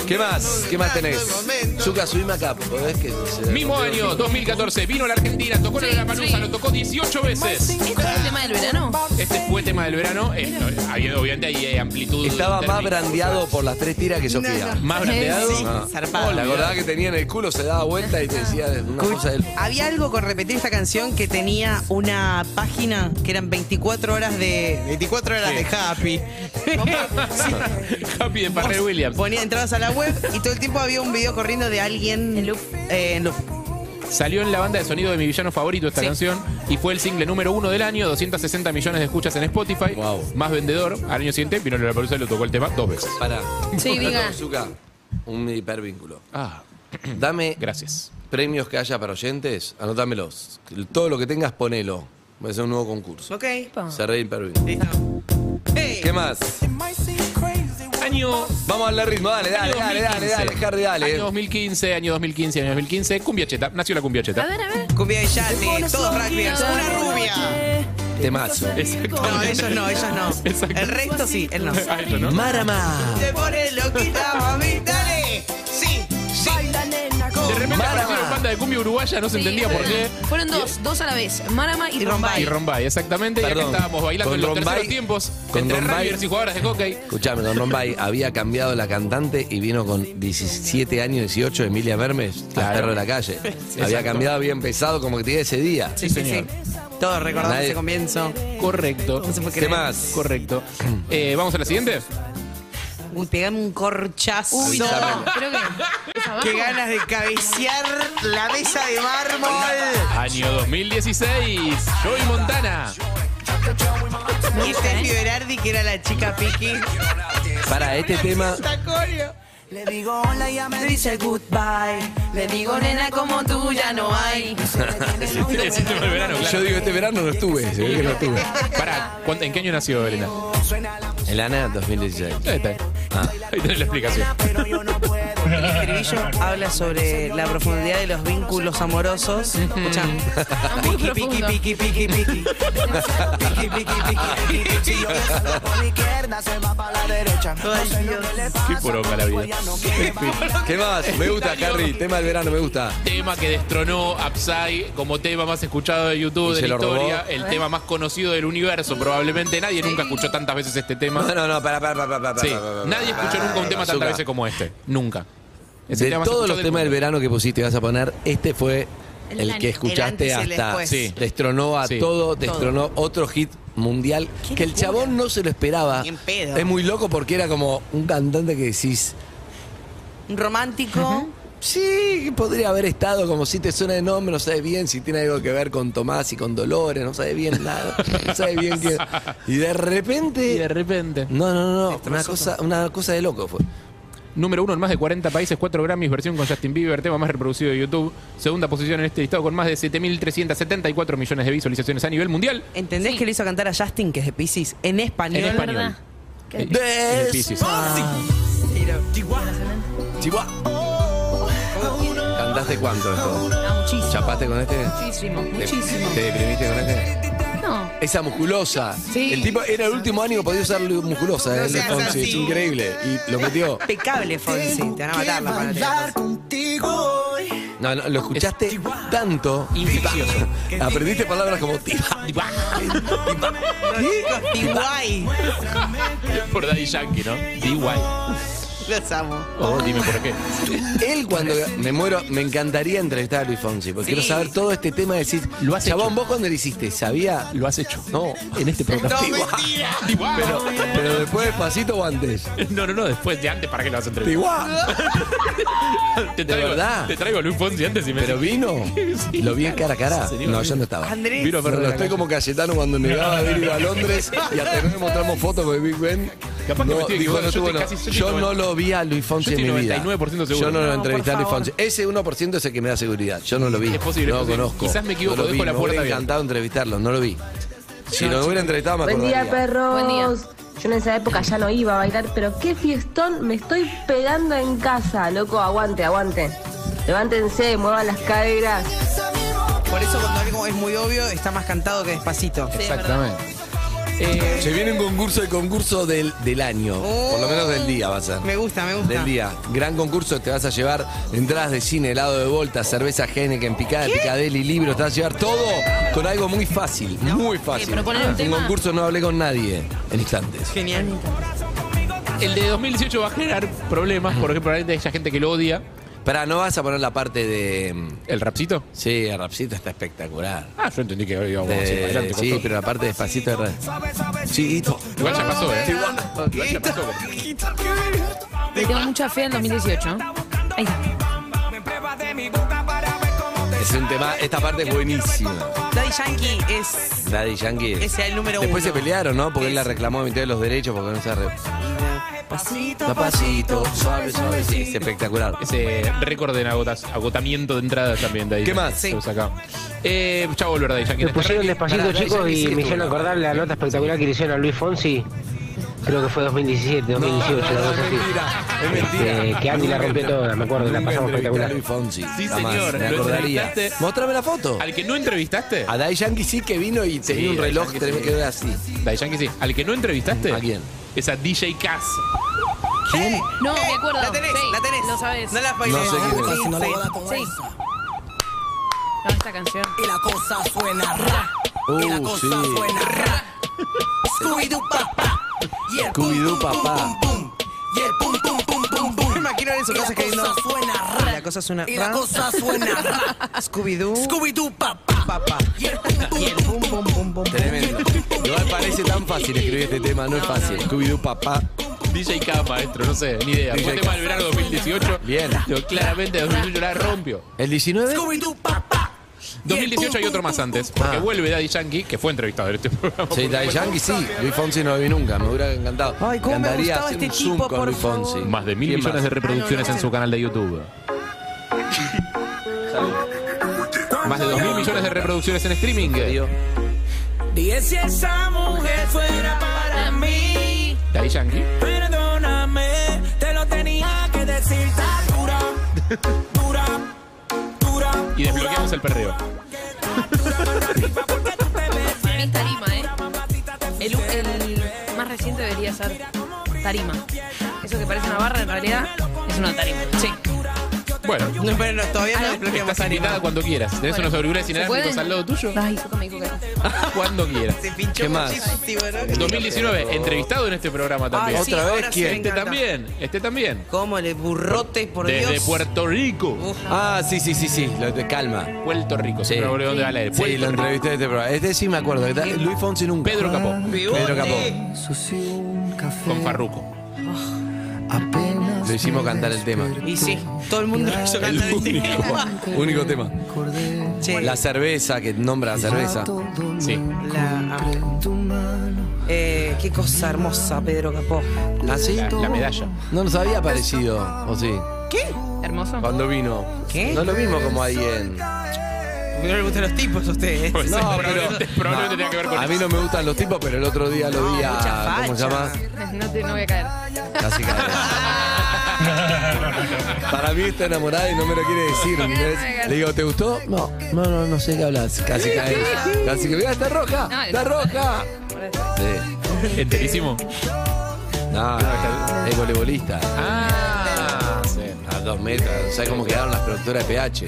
Speaker 2: ¿Qué más? ¿Qué más tenés? Zuka, subime acá. ¿Podés que se-
Speaker 3: Mismo año, 2014, vino a la Argentina, tocó en la palusa, lo tocó 18 veces.
Speaker 7: ¿Este es el tema del verano?
Speaker 3: Este fue tema del verano. Eh, no, había, obviamente hay eh, amplitud.
Speaker 2: Estaba más
Speaker 3: térmica.
Speaker 2: brandeado por las tres tiras que Sofía.
Speaker 3: Más brandeado.
Speaker 5: Sí,
Speaker 2: Ah.
Speaker 5: zarpado.
Speaker 2: La verdad que tenía en el culo, se daba vuelta y te decía una cosa del...
Speaker 5: Había algo con repetir esta canción que tenía una página que eran 24 horas de 24 horas de happy.
Speaker 3: Happy de Parrell Williams.
Speaker 5: Ponía entradas a la web y todo el tiempo había un video corriendo de alguien
Speaker 7: En loop.
Speaker 5: Eh, en loop.
Speaker 3: Salió en la banda de sonido de mi villano favorito esta
Speaker 5: Sí.
Speaker 3: canción y fue el single número uno del año, 260 millones de escuchas en Spotify,
Speaker 2: Wow.
Speaker 3: más vendedor. Al año siguiente vino la palusa y lo tocó el tema dos veces.
Speaker 2: Pará.
Speaker 7: Sí, diga.
Speaker 2: Zuka, un hipervínculo.
Speaker 3: Ah,
Speaker 2: Dame
Speaker 3: gracias.
Speaker 2: premios que haya para oyentes, anótamelos. Todo lo que tengas, ponelo. Voy a hacer un nuevo concurso.
Speaker 5: Ok.
Speaker 7: Ah.
Speaker 2: Cerré hipervínculo.
Speaker 5: Listo. Hey.
Speaker 2: ¿Qué más?
Speaker 3: Año
Speaker 2: Vamos a hablar ritmo, dale, dale, dale, dale,
Speaker 3: 2015.
Speaker 2: dale, Harry, dale.
Speaker 3: Año 2015, año 2015, año 2015. Cumbia cheta. Nació la cumbia
Speaker 7: A
Speaker 3: cheta.
Speaker 7: ver, a ver.
Speaker 5: Cumbia de Yati, todos rugby, una rubia.
Speaker 2: Temazo.
Speaker 5: No, ellos no, ellos no.
Speaker 3: Exacto.
Speaker 5: El resto sí, él no.
Speaker 3: Ah, esto, ¿no?
Speaker 2: Marama.
Speaker 5: Te pones loquita, mami, dale. Sí, sí.
Speaker 3: De repente
Speaker 2: Marama.
Speaker 3: aparecieron banda de cumbia uruguaya, no se entendía por qué.
Speaker 7: Fueron dos, dos a la vez. Marama y
Speaker 5: Y
Speaker 7: Rombay.
Speaker 5: Rombay.
Speaker 3: Y Rombay, exactamente. Y
Speaker 2: Perdón.
Speaker 3: acá estábamos bailando
Speaker 2: Con
Speaker 3: en los
Speaker 2: Rombay-
Speaker 3: terceros tiempos
Speaker 2: con
Speaker 3: entre
Speaker 2: Rombay-
Speaker 3: rugbyers y jugadoras de hockey.
Speaker 2: Escuchame, Don Rombay había cambiado la cantante y vino con 17 años, 18, Emilia Mermes,
Speaker 3: Claro.
Speaker 2: al perro de la calle. había cambiado, había empezado como que tenía ese día.
Speaker 5: Sí, sí, sí. Todos recordamos
Speaker 2: Nadie-
Speaker 5: ese comienzo.
Speaker 3: Correcto.
Speaker 5: No se puede
Speaker 2: ¿Qué
Speaker 5: creer.
Speaker 2: más?
Speaker 3: Correcto. Eh, ¿Vamos a la siguiente?
Speaker 5: Uy, pegame un corchazo.
Speaker 7: Uy, no. Creo que. ¿Es abajo?
Speaker 5: Qué ganas de cabecear la mesa de mármol.
Speaker 3: Año 2016. Joey Montana.
Speaker 5: Y Steffi Berardi, que era la chica piqui.
Speaker 2: Para este tema,
Speaker 5: Tacorio.
Speaker 6: Le digo hola y ya me dice goodbye.
Speaker 7: Le digo, nena, como tú ya no hay.
Speaker 3: el síntoma del verano, claro.
Speaker 2: Yo digo, este verano no estuve, se ve que no estuve.
Speaker 3: Pará, ¿cuánto- ¿en qué año nació Elena?
Speaker 2: El ANA 2016.
Speaker 3: Ahí está.
Speaker 2: Ah.
Speaker 3: Ahí tenés la explicación.
Speaker 5: El estribillo habla sobre la profundidad de los vínculos amorosos. Escuchá.
Speaker 7: Muy
Speaker 5: Piqui, piqui,
Speaker 7: profundo.
Speaker 5: piqui, piqui, piqui. Piqui, piqui, piqui, piqui. Si yo me salgo por la izquierda, se va pa' la derecha. Ay, Dios.
Speaker 3: Qué poronga la vida. En fin.
Speaker 2: ¿Qué más? Me gusta, Carrie. Tema del verano, me gusta.
Speaker 3: Tema que destronó Upside como tema más escuchado de YouTube
Speaker 2: ¿Y
Speaker 3: de
Speaker 2: se
Speaker 3: la
Speaker 2: lo robó?
Speaker 3: historia, el tema más conocido del universo. Probablemente nadie nunca escuchó tantas veces este tema.
Speaker 2: No, no, no, para, para, para, para.
Speaker 3: Sí, nadie escuchó nunca un tema tantas veces como este. Nunca. Es
Speaker 2: De
Speaker 3: el tema más
Speaker 2: todos
Speaker 3: escuchado
Speaker 2: los temas del
Speaker 3: mundo.
Speaker 2: verano que pusiste, vas a poner, este fue
Speaker 7: El
Speaker 2: el
Speaker 7: antes.
Speaker 2: que escuchaste
Speaker 5: El antes y el
Speaker 2: hasta.
Speaker 5: después.
Speaker 2: Sí. Destronó a
Speaker 3: Sí.
Speaker 2: todo, destronó otro hit mundial
Speaker 5: Qué
Speaker 2: que el
Speaker 5: locura.
Speaker 2: chabón no se lo esperaba.
Speaker 5: Ni en pedo.
Speaker 2: Es muy loco porque era como un cantante que decís,
Speaker 5: Un Romántico.
Speaker 2: sí, podría haber estado como si te suena de nombre, no sabes bien si tiene algo que ver con Tomás y con Dolores, no sabes bien nada, no sabes bien qué. Y de repente.
Speaker 3: Y de repente.
Speaker 2: No, no, no, no, una cosa, una cosa de loco fue.
Speaker 3: Número uno en más de 40 países, 4 Grammys, versión con Justin Bieber, tema más reproducido de YouTube. Segunda posición en este listado con más de 7.374 millones de visualizaciones a nivel mundial.
Speaker 5: ¿Entendés que le hizo cantar a Justin, que es de Pisces, en español?
Speaker 3: En español.
Speaker 7: ¿Verdad?
Speaker 3: Eh,
Speaker 7: ¿Qué?
Speaker 3: en el Piscis.
Speaker 2: Chihuahua.
Speaker 3: "Oh".
Speaker 2: ¿Cantaste cuánto de todo?
Speaker 7: Ah, muchísimo.
Speaker 2: ¿Chapaste con este?
Speaker 7: Muchísimo,
Speaker 2: ¿Te-
Speaker 7: muchísimo.
Speaker 2: ¿Te deprimiste con este?
Speaker 7: No.
Speaker 2: Esa musculosa.
Speaker 7: Sí.
Speaker 2: El tipo era el último año que podía usar lu- musculosa. ¿eh?
Speaker 5: No
Speaker 2: El de
Speaker 5: seas
Speaker 2: Fonsi.
Speaker 5: así.
Speaker 2: Es increíble. Y lo metió.
Speaker 5: Impecable, Fonsi. Te van a matar la
Speaker 2: No, no, lo escuchaste tanto.
Speaker 3: Infeccioso.
Speaker 2: Aprendiste palabras como tiba.
Speaker 5: Iguay.
Speaker 3: Por Daddy Yankee, ¿no? D.Y.
Speaker 5: Los amo.
Speaker 3: Oh, dime por qué.
Speaker 2: Él cuando me muero, me encantaría entrevistar a Luis Fonsi, porque quiero saber todo este tema de decir,
Speaker 3: Lo has
Speaker 2: chabón,
Speaker 3: hecho.
Speaker 2: vos cuando lo hiciste, ¿sabía?
Speaker 3: Lo has hecho.
Speaker 2: No, en este programa. Pero, pero después despacito o antes.
Speaker 3: No, no, no, después de antes, ¿para qué lo vas a entrevistar?
Speaker 2: Tibuá.
Speaker 3: Te
Speaker 2: de
Speaker 3: traigo,
Speaker 2: verdad.
Speaker 3: Te traigo a Luis Fonsi antes y me
Speaker 2: Pero vino. Lo vi en cara a cara. No, yo no estaba.
Speaker 5: Andrés.
Speaker 3: Vino a
Speaker 2: Pero
Speaker 3: perder
Speaker 2: lo
Speaker 3: la
Speaker 2: estoy
Speaker 3: cancha.
Speaker 2: como Cayetano cuando negaba a ir a Londres y hasta que no le mostramos fotos con Big Ben.
Speaker 3: Capaz que me
Speaker 2: no,
Speaker 3: estoy
Speaker 2: dijo,
Speaker 3: equivocando,
Speaker 2: no
Speaker 3: yo
Speaker 2: tuvo,
Speaker 3: estoy
Speaker 2: no.
Speaker 3: casi- yo
Speaker 2: Yo
Speaker 3: estoy
Speaker 2: no lo vi a Luis Fonsi
Speaker 3: Yo
Speaker 2: en mi
Speaker 3: estoy
Speaker 2: vida.
Speaker 3: 99% seguro.
Speaker 2: Yo no lo
Speaker 3: No,
Speaker 2: entrevisté a Luis
Speaker 5: por favor.
Speaker 2: Fonsi. Ese 1% es el que me da seguridad. Yo no lo vi.
Speaker 3: Es posible,
Speaker 2: no
Speaker 3: es
Speaker 2: lo
Speaker 3: posible.
Speaker 2: conozco.
Speaker 3: Quizás me equivoco,
Speaker 2: no lo vi,
Speaker 3: dejo la
Speaker 2: me
Speaker 3: puerta
Speaker 2: hubiera
Speaker 3: abierta.
Speaker 2: encantado entrevistarlo, no lo vi. Si lo hubiera entrevistado me
Speaker 11: Buen día,
Speaker 2: acordaría.
Speaker 11: perros.
Speaker 7: Buen día.
Speaker 11: Yo en esa época ya no iba a bailar, pero qué fiestón me estoy pegando en casa, loco. Aguante, aguante. Levántense, muevan las caderas.
Speaker 5: Por eso cuando algo es muy obvio, está más cantado que despacito.
Speaker 3: Exactamente.
Speaker 2: Se viene un concurso, el concurso del, del año. Por lo menos del día va a ser.
Speaker 5: Me gusta, me gusta.
Speaker 2: Del día. Gran concurso, te vas a llevar entradas de cine, helado de volta, cerveza Heineken, picada, picadeli, libros, te vas a llevar todo con algo muy fácil, muy fácil. Ah.
Speaker 7: pero ponele un tema.
Speaker 2: concurso no hablé con nadie en instantes.
Speaker 5: Genial.
Speaker 3: El de 2018 va a generar problemas porque probablemente haya gente que lo odia.
Speaker 2: Pará, no vas a poner la parte de. mm,
Speaker 3: ¿El rapcito?
Speaker 2: Sí, el rapcito está espectacular.
Speaker 3: Ah, yo entendí que íbamos
Speaker 2: De-
Speaker 3: así para adelante. con
Speaker 2: sí,
Speaker 3: todo.
Speaker 2: pero la parte despacito de ra- Chiquito.
Speaker 3: Igual ya pasó, ¿eh? Igual ya pasó.
Speaker 7: Le tengo mucha fe en 2018. Ahí está.
Speaker 2: Es un tema. Esta parte es buenísima.
Speaker 5: Daddy Yankee es.
Speaker 2: Daddy Yankee.
Speaker 5: Es el número
Speaker 2: Después
Speaker 5: uno.
Speaker 2: se pelearon, ¿no? Porque él la
Speaker 5: Es-
Speaker 2: reclamó a mitad de los derechos porque no se re...
Speaker 5: Pasito,
Speaker 2: Papacito, suave, suave. Sí, es espectacular.
Speaker 3: Ese récord en agotas- agotamiento de entradas también de ahí.
Speaker 2: ¿Qué más?
Speaker 3: Se usa acá. Eh, ya volver de ahí, Jackie.
Speaker 12: Me pusieron despacito,
Speaker 3: Pará,
Speaker 12: chicos,
Speaker 3: Daddy Yankee
Speaker 12: y me
Speaker 3: sí estuvo.
Speaker 12: hicieron acordar la nota espectacular que le hicieron a Luis Fonsi. Creo que fue 2017, 2018, una
Speaker 2: No, no,
Speaker 12: cosa
Speaker 2: es
Speaker 12: así.
Speaker 2: mentira, es
Speaker 12: Este,
Speaker 2: mentira.
Speaker 12: que Andy la
Speaker 2: Nunca
Speaker 12: rompió
Speaker 2: entrev-
Speaker 12: toda, me acuerdo, la
Speaker 2: nunca
Speaker 12: pasamos
Speaker 2: entrevisté a
Speaker 12: espectacular.
Speaker 2: Luis Fonsi.
Speaker 3: Sí,
Speaker 2: jamás,
Speaker 3: señor,
Speaker 2: Me
Speaker 3: lo
Speaker 2: acordaría.
Speaker 3: entrevistaste.
Speaker 2: Mostrame la foto.
Speaker 3: ¿Al que no entrevistaste?
Speaker 2: A Dai Yankee sí que vino y tenía un
Speaker 3: Daddy
Speaker 2: reloj
Speaker 3: Yankee
Speaker 2: tremendo
Speaker 3: sí.
Speaker 2: que era así.
Speaker 3: Daddy Yankee sí. ¿Al que no entrevistaste?
Speaker 2: ¿A quién?
Speaker 3: Es a DJ Cass.
Speaker 2: ¿Quién?
Speaker 7: No, me acuerdo.
Speaker 5: La tenés,
Speaker 7: Sí,
Speaker 5: la tenés.
Speaker 7: Lo sabes.
Speaker 5: No la
Speaker 2: No
Speaker 5: bailes.
Speaker 2: sé quién es.
Speaker 5: Sí, sí.
Speaker 7: Sí. No, esta canción.
Speaker 2: Uh, sí. Scooby-Doo papá.
Speaker 5: Yo me imagino en su casa que no. La cosa suena ra. La cosa suena ra. Scooby-Doo. Scooby-Doo, papá. Papá. Y el pum, pum, pum, pum.
Speaker 2: Tremendo. Igual parece tan fácil escribir este tema, no es fácil. Scooby-Doo papá.
Speaker 3: DJ Cass, maestro, no sé, ni idea.
Speaker 2: DJ
Speaker 3: Fue tema del verano 2018.
Speaker 2: Bien.
Speaker 3: Yo, claramente 2018 la rompió.
Speaker 2: ¿El 19?
Speaker 3: 2018 hay otro más antes, porque
Speaker 2: Ah.
Speaker 3: vuelve Daddy Yankee, que fue entrevistado en este programa.
Speaker 2: Sí, Dai Yankee sí. Luis Fonsi no lo vi nunca. Me hubiera encantado.
Speaker 5: Ay, cómo me
Speaker 2: Encantaría
Speaker 5: gustaba
Speaker 2: hacer
Speaker 5: este
Speaker 2: un zoom
Speaker 5: tipo,
Speaker 2: con
Speaker 5: por
Speaker 2: Luis Fonsi.
Speaker 5: favor.
Speaker 3: Más de mil
Speaker 2: ¿Quién
Speaker 3: millones
Speaker 2: más?
Speaker 3: de reproducciones en su canal de YouTube. Más de 2.000 millones de reproducciones en streaming.
Speaker 6: Dije si esa mujer fuera para mí.
Speaker 3: Daddy Yankee.
Speaker 6: Perdóname, te lo tenía que decir. Está dura, dura, dura.
Speaker 3: Y desbloqueamos el perreo.
Speaker 7: Es tarima, ¿eh? El, el más reciente debería ser tarima. Eso que parece una barra, en realidad es una tarima. Sí.
Speaker 3: Bueno.
Speaker 5: No, pero no, todavía no desbloqueamos
Speaker 3: Estás invitada
Speaker 5: tarima.
Speaker 3: cuando quieras. Tenés
Speaker 7: Bueno.
Speaker 3: unos auriculares
Speaker 7: ¿Se
Speaker 3: inalámbricos
Speaker 7: pueden?
Speaker 3: al lado tuyo.
Speaker 7: Ay, Soto me dijo que no.
Speaker 3: Cuando quieras. ¿Qué más? En 2019, entrevistado en este programa también.
Speaker 5: Ah, sí, Otra vez, ahora sí ¿quién? me
Speaker 3: Este
Speaker 5: encanta.
Speaker 3: también, este también.
Speaker 5: ¿Cómo le burrote, por
Speaker 3: Desde
Speaker 5: Dios? Uh.
Speaker 3: Puerto Rico.
Speaker 2: Ah, sí, sí, sí, sí. Lo de calma.
Speaker 3: Puerto Rico.
Speaker 2: Sí,
Speaker 3: Siempre me olvido dónde va el aire.
Speaker 2: sí
Speaker 3: Puerto
Speaker 2: lo
Speaker 3: Rico.
Speaker 2: entrevisté en este programa. Este sí me acuerdo. que está- Luis Fonsi nunca.
Speaker 3: Pedro Capó.
Speaker 2: Pedro Capó.
Speaker 3: Con Farruco.
Speaker 2: Lo hicimos cantar el tema.
Speaker 5: Y sí, todo el mundo lo hizo cantar el tema.
Speaker 2: Único tema. La cerveza, que nombra la cerveza.
Speaker 3: Sí.
Speaker 5: La amo. Eh, qué cosa hermosa, Pedro Capó.
Speaker 2: ¿Ah, sí?
Speaker 3: La, la medalla.
Speaker 2: No nos había parecido, ¿o sí?
Speaker 5: ¿Qué?
Speaker 7: Hermoso.
Speaker 2: Cuando vino.
Speaker 5: ¿Qué?
Speaker 2: No es lo mismo como ahí en... No,
Speaker 5: Porque no le gustan los tipos a ustedes.
Speaker 3: Pues,
Speaker 2: pero...
Speaker 3: probablemente probablemente tenía que ver con
Speaker 2: A
Speaker 3: eso.
Speaker 2: mí no me gustan los tipos, pero el otro día lo vi a...
Speaker 5: mucha
Speaker 2: ¿Cómo se llama?
Speaker 5: facha.
Speaker 7: No, te, no voy a caer.
Speaker 2: Casi cae. Para mí está enamorada y no me lo quiere decir. ¿entendés? Le digo, ¿te gustó? No, no, no, no sé qué hablas. Casi cae. Casi que, mira, está roja,
Speaker 7: No,
Speaker 2: está roja. Sí.
Speaker 3: Enterísimo.
Speaker 2: No, no, es voleibolista.
Speaker 3: Ah, sí.
Speaker 2: A dos metros. ¿Sabes cómo quedaron las productoras de PH?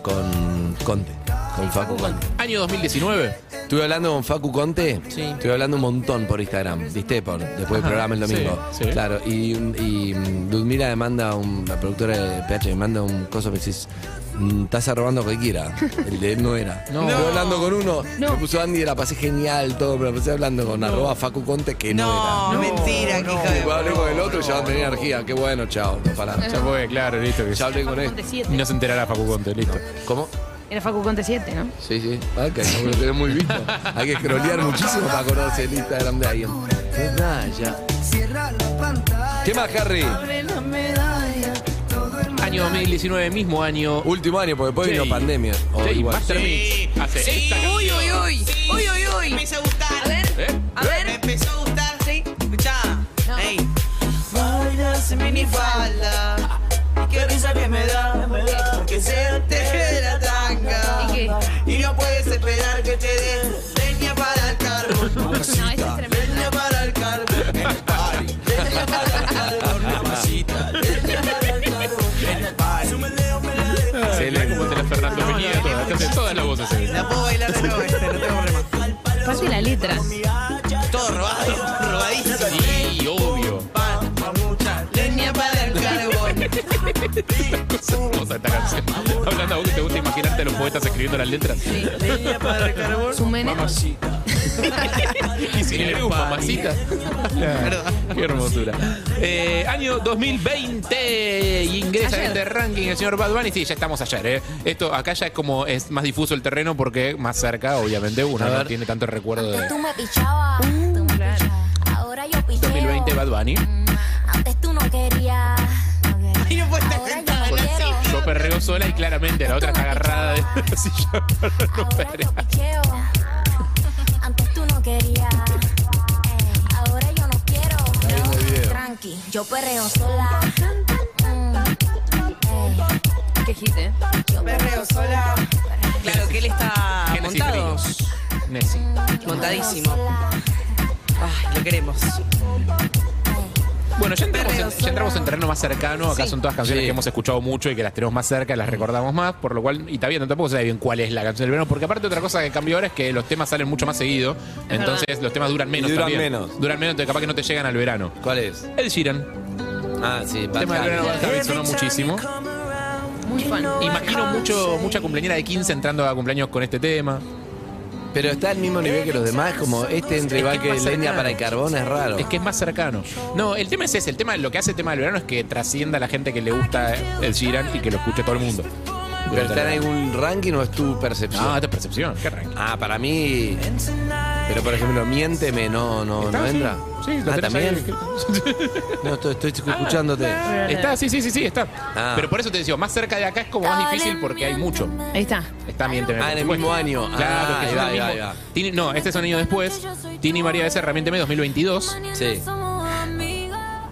Speaker 2: Con Conte, con Facu Conte.
Speaker 3: Año 2019.
Speaker 2: Estuve hablando con Facu Conte.
Speaker 5: Sí.
Speaker 2: Estuve hablando un montón por Instagram, ¿viste? Por, después del programa el domingo.
Speaker 3: sí, sí.
Speaker 2: Claro. Y, y mm, Ludmila me manda, un, la productora de PH me manda un coso que decís, mm, estás arrobando a cualquiera. El de él no era.
Speaker 3: No.
Speaker 2: Estuve hablando con uno,
Speaker 7: No.
Speaker 2: me puso Andy, la pasé genial, todo, pero pasé hablando con arroba Facu Conte que no,
Speaker 5: No,
Speaker 2: era.
Speaker 5: mentira, qué hija de
Speaker 2: Después hablé con el otro y ya no tenía energía. Qué bueno, chao. No, pará.
Speaker 3: Ya fue, claro, listo. Que
Speaker 2: Ya hablé con él.
Speaker 7: Conte
Speaker 3: Y
Speaker 7: 7.
Speaker 3: no se enterará Facu Conte, listo.
Speaker 2: ¿Cómo?
Speaker 7: Era Facu Conte 7, ¿no?
Speaker 2: Sí, sí. Ah, que no lo tenés muy visto. Hay que scrollear muchísimo para acordarse el Instagram de alguien. Es nada, ya. ¿Qué más, Harry?
Speaker 3: Año 2019, mismo año.
Speaker 2: Último año, porque después
Speaker 3: Sí.
Speaker 2: vino pandemia. O
Speaker 3: Jay
Speaker 2: igual.
Speaker 3: Master Mix hace esta
Speaker 7: Uy,
Speaker 3: canción.
Speaker 7: uy, uy. Uy, uy, uy.
Speaker 5: a gustar.
Speaker 7: A ver,
Speaker 3: ¿Eh?
Speaker 7: a ver.
Speaker 5: empezó a gustar.
Speaker 7: Sí.
Speaker 5: Escuchá.
Speaker 7: No.
Speaker 5: Ey. Bailas en minifalda. Y qué risa que me da. Porque se te ve la tanga.
Speaker 7: ¿Y qué?
Speaker 5: Y no puedes esperar que te den leña para el carbón.
Speaker 7: No, ese es tremendo.
Speaker 5: Leña para el carbón. En el party. Leña para el carbón. Mamacita. Leña para el carbón. En el party. Súmele, súmele.
Speaker 3: Excelente. Como te la Fernando Peña, todas, te hacen todas las voces.
Speaker 5: La puedo bailar de nuevo este, no tengo problema.
Speaker 7: Aparte la letra.
Speaker 5: Todo robado, robadísimo.
Speaker 3: Sí, obvio.
Speaker 5: Pan, mamucha, leña para el carbón.
Speaker 3: Cosa esta canción. Hablando a vos que te gusta imaginarte a los poetas escribiendo las letras.
Speaker 5: Leña para el carbón.
Speaker 7: Su meneo.
Speaker 3: Y si le digo mamacita. Qué hermosura. Eh, año 2020. y Ingresa en
Speaker 7: Ayer.
Speaker 3: este ranking el señor Bad Bunny. Sí, ya estamos ayer. ¿eh? Esto acá ya es como es más difuso el terreno porque más cerca, obviamente, uno no tiene tanto recuerdo de
Speaker 13: Tú me pichabas, tú me
Speaker 7: claro.
Speaker 13: pichabas. Ahora yo picheo.
Speaker 3: 2020 Bad Bunny.
Speaker 13: Antes tú no querías. no querías.
Speaker 5: Ay, no puede estar
Speaker 13: Ahora
Speaker 5: sentada
Speaker 13: yo
Speaker 5: en la
Speaker 13: quiero.
Speaker 3: Yo perreo sola y claramente la otra está agarrada de la silla para no
Speaker 13: Ahora yo
Speaker 3: perrear.
Speaker 13: picheo. Antes tú no querías. Ey, Ahora yo no quiero. No, Tranqui, yo perreo sola. Mm, ey,
Speaker 7: Qué hit, ¿eh?
Speaker 13: yo
Speaker 5: Perreo sola. Claro que él está
Speaker 3: Génesis
Speaker 5: montado.
Speaker 3: Briggs. este Nessie.
Speaker 5: Montadísimo. Ay, lo queremos.
Speaker 3: Bueno, ya entramos,
Speaker 5: Perreo
Speaker 3: en, ya entramos en terreno más cercano. Acá
Speaker 5: Sí.
Speaker 3: son todas canciones
Speaker 2: Sí.
Speaker 3: que hemos escuchado mucho y que las tenemos más cerca, las recordamos más, por lo cual, y está bien, no, tampoco se sabe bien cuál es la canción del verano, porque aparte otra cosa que cambió ahora es que los temas salen mucho más seguido, entonces los temas duran menos
Speaker 2: Y duran
Speaker 3: también.
Speaker 2: menos.
Speaker 3: Duran menos, entonces capaz que no te llegan al verano.
Speaker 2: ¿Cuál es?
Speaker 3: El Sheeran,
Speaker 2: Ah, sí,
Speaker 3: el tema del verano
Speaker 2: Bad
Speaker 3: Bad Habit sonó muchísimo.
Speaker 7: Muy fan.
Speaker 3: Imagino mucho, mucha cumpleañera de 15 entrando a cumpleaños con este tema.
Speaker 2: Bunny. Pero está al mismo nivel que los demás, como este entre
Speaker 3: Es que
Speaker 2: igual
Speaker 3: es
Speaker 2: que
Speaker 3: más
Speaker 2: leña
Speaker 3: cercano.
Speaker 2: para el carbón es raro.
Speaker 3: Es que es más cercano. No, el tema es ese, el tema, lo que hace el tema del verano es que trascienda a la gente que le gusta el Sheeran y que lo escuche todo el mundo.
Speaker 2: ¿Pero está en algún ranking o es tu percepción?
Speaker 3: Ah, esta percepción, qué ranking.
Speaker 2: Ah, para mí Pero por ejemplo, miénteme, no, no,
Speaker 3: Está,
Speaker 2: no
Speaker 3: sí.
Speaker 2: entra.
Speaker 3: Sí, lo
Speaker 2: ah,
Speaker 3: tenés ahí
Speaker 2: también. No, estoy, estoy escuchándote.
Speaker 3: Está, sí, sí, sí, sí, está.
Speaker 2: Ah.
Speaker 3: Pero por eso te decía, más cerca de acá es como más difícil porque hay mucho.
Speaker 7: Ahí está.
Speaker 3: Está miente.
Speaker 2: Ah, en el mismo año. Ah, ahí
Speaker 3: Claro, que
Speaker 2: va,
Speaker 3: es el
Speaker 2: ahí
Speaker 3: mismo.
Speaker 2: va, ahí
Speaker 3: Tini- no, este es un año después. Tini María Becerra, miénteme 2022.
Speaker 2: Sí.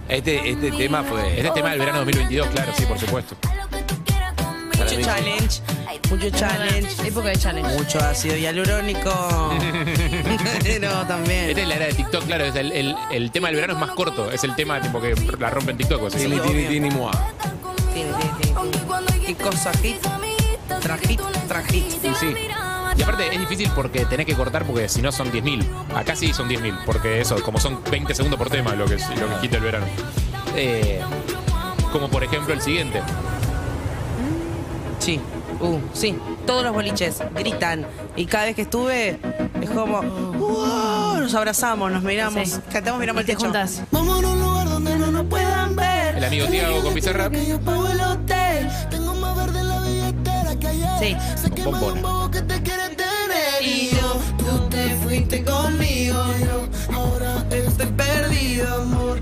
Speaker 2: Este, este tema fue.
Speaker 3: Este tema del verano 2022, claro, sí, por supuesto.
Speaker 2: Para mí-
Speaker 5: Mucho challenge. Mucho challenge.
Speaker 7: Época de challenge.
Speaker 5: Mucho ácido hialurónico. no, también.
Speaker 3: Esta es la era de TikTok, claro. es el, el- el tema del verano es más corto. Es el tema tipo que la rompen TikTok. así.
Speaker 2: Tini, tini, tini, mua.
Speaker 5: Tiene, tiene, tiene. Qué cosa, hit. Trajit, trajit.
Speaker 3: Y sí. Y aparte es difícil porque tenés que cortar porque si no son 10.000. Acá sí son 10.000, porque eso, como son 20 segundos por tema lo que, lo que quita el verano. Eh, como por ejemplo el siguiente.
Speaker 5: Sí. Uh, sí. Todos los boliches gritan. Y cada vez que estuve, es como. "Wow", Nos abrazamos, nos miramos.
Speaker 7: Sí.
Speaker 5: Cantamos, miramos el
Speaker 7: Te
Speaker 5: techo.
Speaker 7: juntás.
Speaker 6: Vamos a un lugar donde no nos puedan ver.
Speaker 3: El amigo Tiago con Pizarra.
Speaker 6: Que yo pago el hotel. Tengo más verde en la billetera que ayer.
Speaker 7: Sí.
Speaker 6: Sé que
Speaker 3: Con
Speaker 6: más
Speaker 3: bombona.
Speaker 6: un bobo que te quiere tener. Y yo, tú te fuiste conmigo. Yo ahora estoy perdido, amor.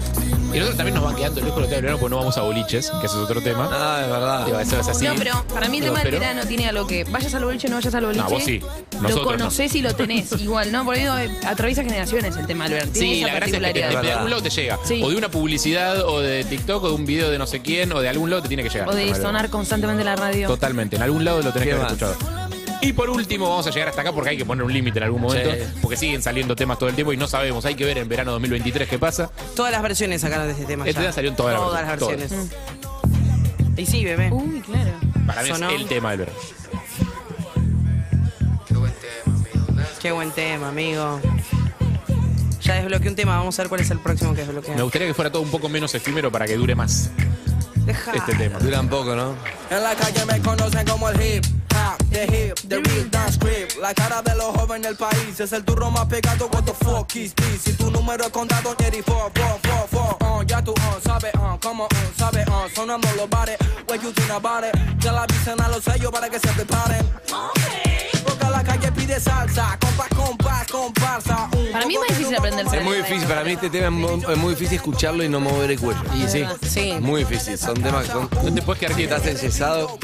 Speaker 3: Y nosotros también nos van quedando lejos los temas del verano porque no vamos a boliches, que ese es otro tema.
Speaker 2: Ah, es
Speaker 3: Digo,
Speaker 2: verdad.
Speaker 3: eso es así.
Speaker 7: No, pero para mí el tema del
Speaker 3: Pero-
Speaker 7: verano tiene algo que vayas al boliche o no vayas al boliche.
Speaker 3: No, vos sí. Nosotros
Speaker 7: lo conocés y lo tenés. Igual, ¿no? Por ahí eh, atraviesa generaciones el tema del verano. Tiene
Speaker 3: Sí,
Speaker 7: esa
Speaker 3: la gracia es que te-
Speaker 7: particularidad.
Speaker 3: de, de algún lado te llega.
Speaker 7: Sí.
Speaker 3: O de una publicidad, o de TikTok, o de un video de no sé quién, o de algún lado te tiene que llegar.
Speaker 7: O de
Speaker 3: Claro.
Speaker 7: sonar constantemente la radio.
Speaker 3: Totalmente, en algún lado lo tenés
Speaker 2: ¿Qué
Speaker 3: que haber
Speaker 2: más?
Speaker 3: escuchado. Y por último, vamos a llegar hasta acá porque hay que poner un límite en algún momento,
Speaker 2: Sí.
Speaker 3: porque siguen saliendo temas todo el tiempo y no sabemos, hay que ver en verano 2023 qué pasa.
Speaker 5: Todas las versiones sacaron de este tema.
Speaker 3: Este
Speaker 5: ya.
Speaker 3: tema salió en todas las
Speaker 5: las
Speaker 3: versiones,
Speaker 5: versiones. Y sí, bebé.
Speaker 7: Uy, claro.
Speaker 3: Para mí
Speaker 5: Sonó.
Speaker 3: es el tema del verano.
Speaker 5: Qué buen tema, amigo. Ya desbloqueé un tema, vamos a ver cuál es el próximo que desbloquea.
Speaker 3: Me gustaría que fuera todo un poco menos efímero para que dure más
Speaker 5: Deja.
Speaker 3: este tema.
Speaker 2: Dura un poco, ¿no?
Speaker 6: En la calle me conocen como el hip hop, the hip, the real dance grip. La cara de los jóvenes del país es el turro más pegado. What the fuck is this? Si tu número es contado, Jerry, four, four, four, four. Uh, ya tú, uh, sabe, uh, como, uh, sabe, uh, sonando los bares. What you think about it? Ya la avisen a los sellos para que se preparen. Porque la calle pide salsa, compa, compa, comparsa. Un
Speaker 7: Para mí es más difícil aprenderse.
Speaker 2: Es muy difícil, para mí este tema es mu- es muy difícil escucharlo y no mover el cuello.
Speaker 3: Y sí,
Speaker 5: Sí.
Speaker 2: Muy difícil, son temas que son...
Speaker 3: no te puedes quedar quieto.
Speaker 2: Estás enyesado,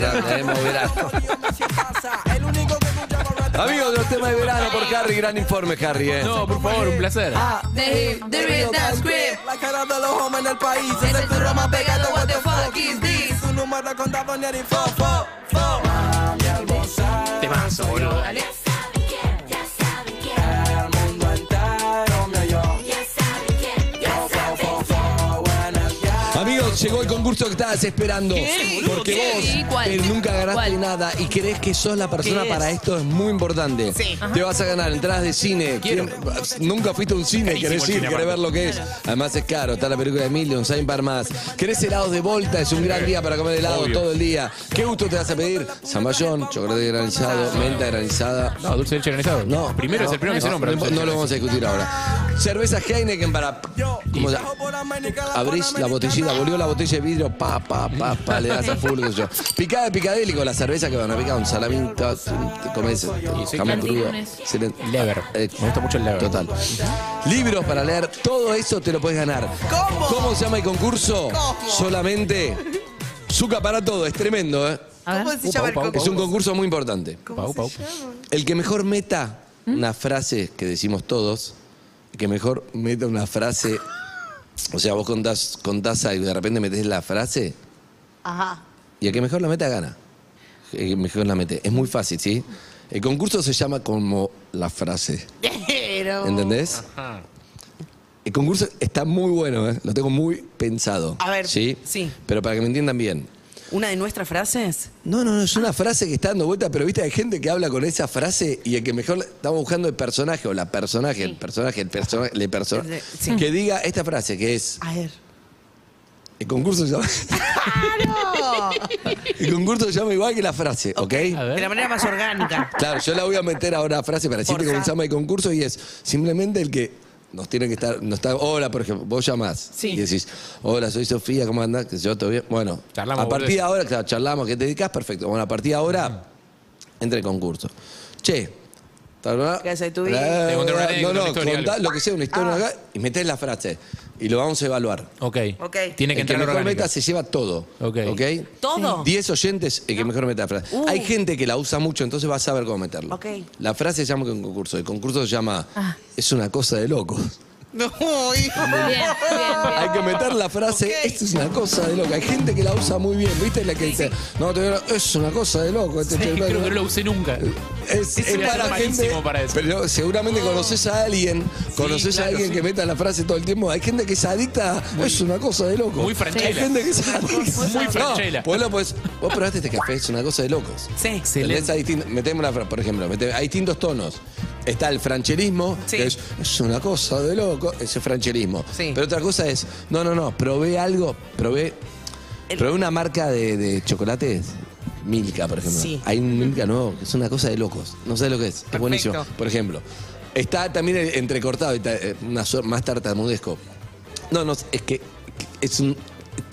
Speaker 2: trata de mover algo.
Speaker 6: el único que escuchaba rap.
Speaker 2: Amigos, los temas de verano por Harry, gran informe, Harry. eh.
Speaker 3: No, por favor, un placer.
Speaker 7: The hip, the real dance grip.
Speaker 6: La cara de los jóvenes del país
Speaker 7: Es
Speaker 6: es
Speaker 7: el
Speaker 6: el turro más pegado.
Speaker 7: pegado,
Speaker 6: What the fuck is this? Tu número contado ni el fo, fo, fo. Mami, almorzar.
Speaker 3: Temazo, boludo.
Speaker 7: Dale.
Speaker 6: El mundo entero me oyó. Fo, fo, fo, fo, buenas ya.
Speaker 2: Amigos, llegó el concurso que estabas esperando.
Speaker 7: ¿Qué?
Speaker 2: Porque
Speaker 7: ¿Qué? Sí,
Speaker 2: vos
Speaker 7: ¿cuál?
Speaker 2: eh, nunca ganaste
Speaker 7: ¿Cuál?
Speaker 2: nada y crees que sos la persona
Speaker 5: ¿Qué es?
Speaker 2: para esto, es muy importante.
Speaker 5: Sí.
Speaker 2: Te vas a ganar entradas de cine.
Speaker 3: Quiero.
Speaker 2: ¿Quién- Nunca fuiste a un cine,
Speaker 3: Carísimo
Speaker 2: querés
Speaker 3: el
Speaker 2: ir,
Speaker 3: cine,
Speaker 2: querés ver
Speaker 3: aparte.
Speaker 2: lo que es. Además es caro, está la película de Million, hay un par más. ¿Querés helados de Volta? Es un gran día para comer helado
Speaker 3: Obvio.
Speaker 2: todo el día. ¿Qué gusto te vas a pedir? Zamballón, chocolate granizado, menta granizada.
Speaker 3: No, dulce de leche granizado.
Speaker 2: No,
Speaker 3: Primero
Speaker 2: no,
Speaker 3: es el primero que se
Speaker 2: no,
Speaker 3: nombra.
Speaker 2: No,
Speaker 3: dulce
Speaker 2: no
Speaker 3: de
Speaker 2: lo
Speaker 3: leche
Speaker 2: vamos a discutir ahora. Cerveza Heineken para. ¿Cómo se llama? Abrís la botellita, volvió la botella de vidrio, pa, pa, pa, pa, le das a full, qué sé yo. Picada de picadélico, la cerveza que van a picar, un salamín, to- te comes,
Speaker 3: sí,
Speaker 2: jamón
Speaker 3: claro.
Speaker 2: crudo. excelente.
Speaker 3: Lever.
Speaker 2: Eh,
Speaker 3: Me gusta mucho el lever.
Speaker 2: Total. Libros para leer, todo eso te lo puedes ganar.
Speaker 5: ¿Cómo?
Speaker 2: ¿Cómo se llama el concurso?
Speaker 5: ¿Cómo?
Speaker 2: Solamente Zucca para todo, es tremendo, ¿eh?
Speaker 5: ¿Cómo se llama el
Speaker 3: upa, upa,
Speaker 5: coco?
Speaker 2: Es un concurso muy importante.
Speaker 3: granizado. Pau, pau.
Speaker 2: El que mejor meta una frase que decimos todos, el que mejor meta una frase, o sea, vos contás, contás algo y de repente metés la frase,
Speaker 14: Ajá.
Speaker 2: y el que mejor la meta gana. El que mejor la mete. Es muy fácil, ¿sí? El concurso se llama como la frase.
Speaker 14: Pero.
Speaker 2: ¿Entendés?
Speaker 3: Ajá.
Speaker 2: El concurso está muy bueno, ¿eh? lo tengo muy pensado.
Speaker 5: A ver,
Speaker 2: ¿sí?
Speaker 5: sí.
Speaker 2: Pero para que me entiendan bien.
Speaker 5: ¿Una de nuestras frases?
Speaker 2: No, no, no, es una frase que está dando vuelta, pero viste, hay gente que habla con esa frase y el que mejor la- estamos buscando el personaje o la personaje, el personaje, el personaje, el personaje.
Speaker 5: Sí.
Speaker 2: Que diga esta frase que es.
Speaker 5: A ver.
Speaker 2: El concurso se llama. El concurso se llama igual que la frase, ¿ok?
Speaker 5: De la manera más orgánica.
Speaker 2: Claro, yo la voy a meter ahora a frase para decirte
Speaker 5: Porfa.
Speaker 2: cómo se llama el concurso y es simplemente el que nos tiene que estar. Nos está, hola, por ejemplo, vos llamás
Speaker 5: Sí.
Speaker 2: y decís, hola, soy Sofía, ¿cómo andás? Que yo todo bien. Bueno,
Speaker 3: Charlamos,
Speaker 2: a partir de
Speaker 3: boludeces.
Speaker 2: ahora, claro, charlamos, ¿qué te dedicas? Perfecto. Bueno, a partir de ahora, entra el concurso. Che, ¿Qué
Speaker 5: hace tu vida?
Speaker 3: Te conté una
Speaker 2: Eh, No,
Speaker 3: anécdota, una
Speaker 2: no,
Speaker 3: historia,
Speaker 2: contá
Speaker 3: algo.
Speaker 2: lo que sea, una
Speaker 5: Ah.
Speaker 2: historia acá y metés la frase. Y lo vamos a evaluar.
Speaker 3: Ok.
Speaker 5: Ok.
Speaker 3: Tiene que
Speaker 2: el que
Speaker 3: entrar
Speaker 2: mejor
Speaker 3: orgánica.
Speaker 2: meta se lleva todo. Ok.
Speaker 5: ¿Todo?
Speaker 2: 10 oyentes, el que mejor meta la frase.
Speaker 5: Uh.
Speaker 2: Hay gente que la usa mucho, entonces vas a saber cómo meterla.
Speaker 5: Ok. Ah.
Speaker 2: La frase se llama que un concurso. El concurso se llama Es una cosa de locos.
Speaker 5: No, hijo. Ah.
Speaker 2: Hay que meter la frase, esto es una cosa de loco. Hay gente que la usa muy bien, ¿viste? La que dice, no, te digo, es una cosa de loco. Este
Speaker 3: Sí,
Speaker 2: chorro".
Speaker 3: creo que no lo usé nunca.
Speaker 2: Es,
Speaker 3: Ese
Speaker 2: es
Speaker 3: era
Speaker 2: para
Speaker 3: malísimo
Speaker 2: gente.
Speaker 3: para eso.
Speaker 2: Pero seguramente conoces a alguien, conoces
Speaker 3: claro,
Speaker 2: a alguien
Speaker 3: sí.
Speaker 2: que meta la frase todo el tiempo. Hay gente que es adicta, es una cosa de loco.
Speaker 3: Muy Franchella.
Speaker 2: Hay gente que es
Speaker 3: Muy
Speaker 2: adicta.
Speaker 3: Franchella.
Speaker 2: No, vos, lo podés- vos probaste este café, es una cosa de locos.
Speaker 5: Sí,
Speaker 2: excelente. metemos la frase, por ejemplo, mete- hay distintos tonos. Está el francherismo, que es, es una cosa de loco, ese es francherismo. Pero otra cosa es, no, no, no, probé algo, probé, probé una marca de, de chocolates. Milka, por ejemplo.
Speaker 5: Sí.
Speaker 2: Hay un Milka nuevo, que es una cosa de locos. No sé lo que es. Es buenísimo. Por ejemplo. Está también el entrecortado, y ta- eh, una sor- más tartamudesco. No, no, es que es un.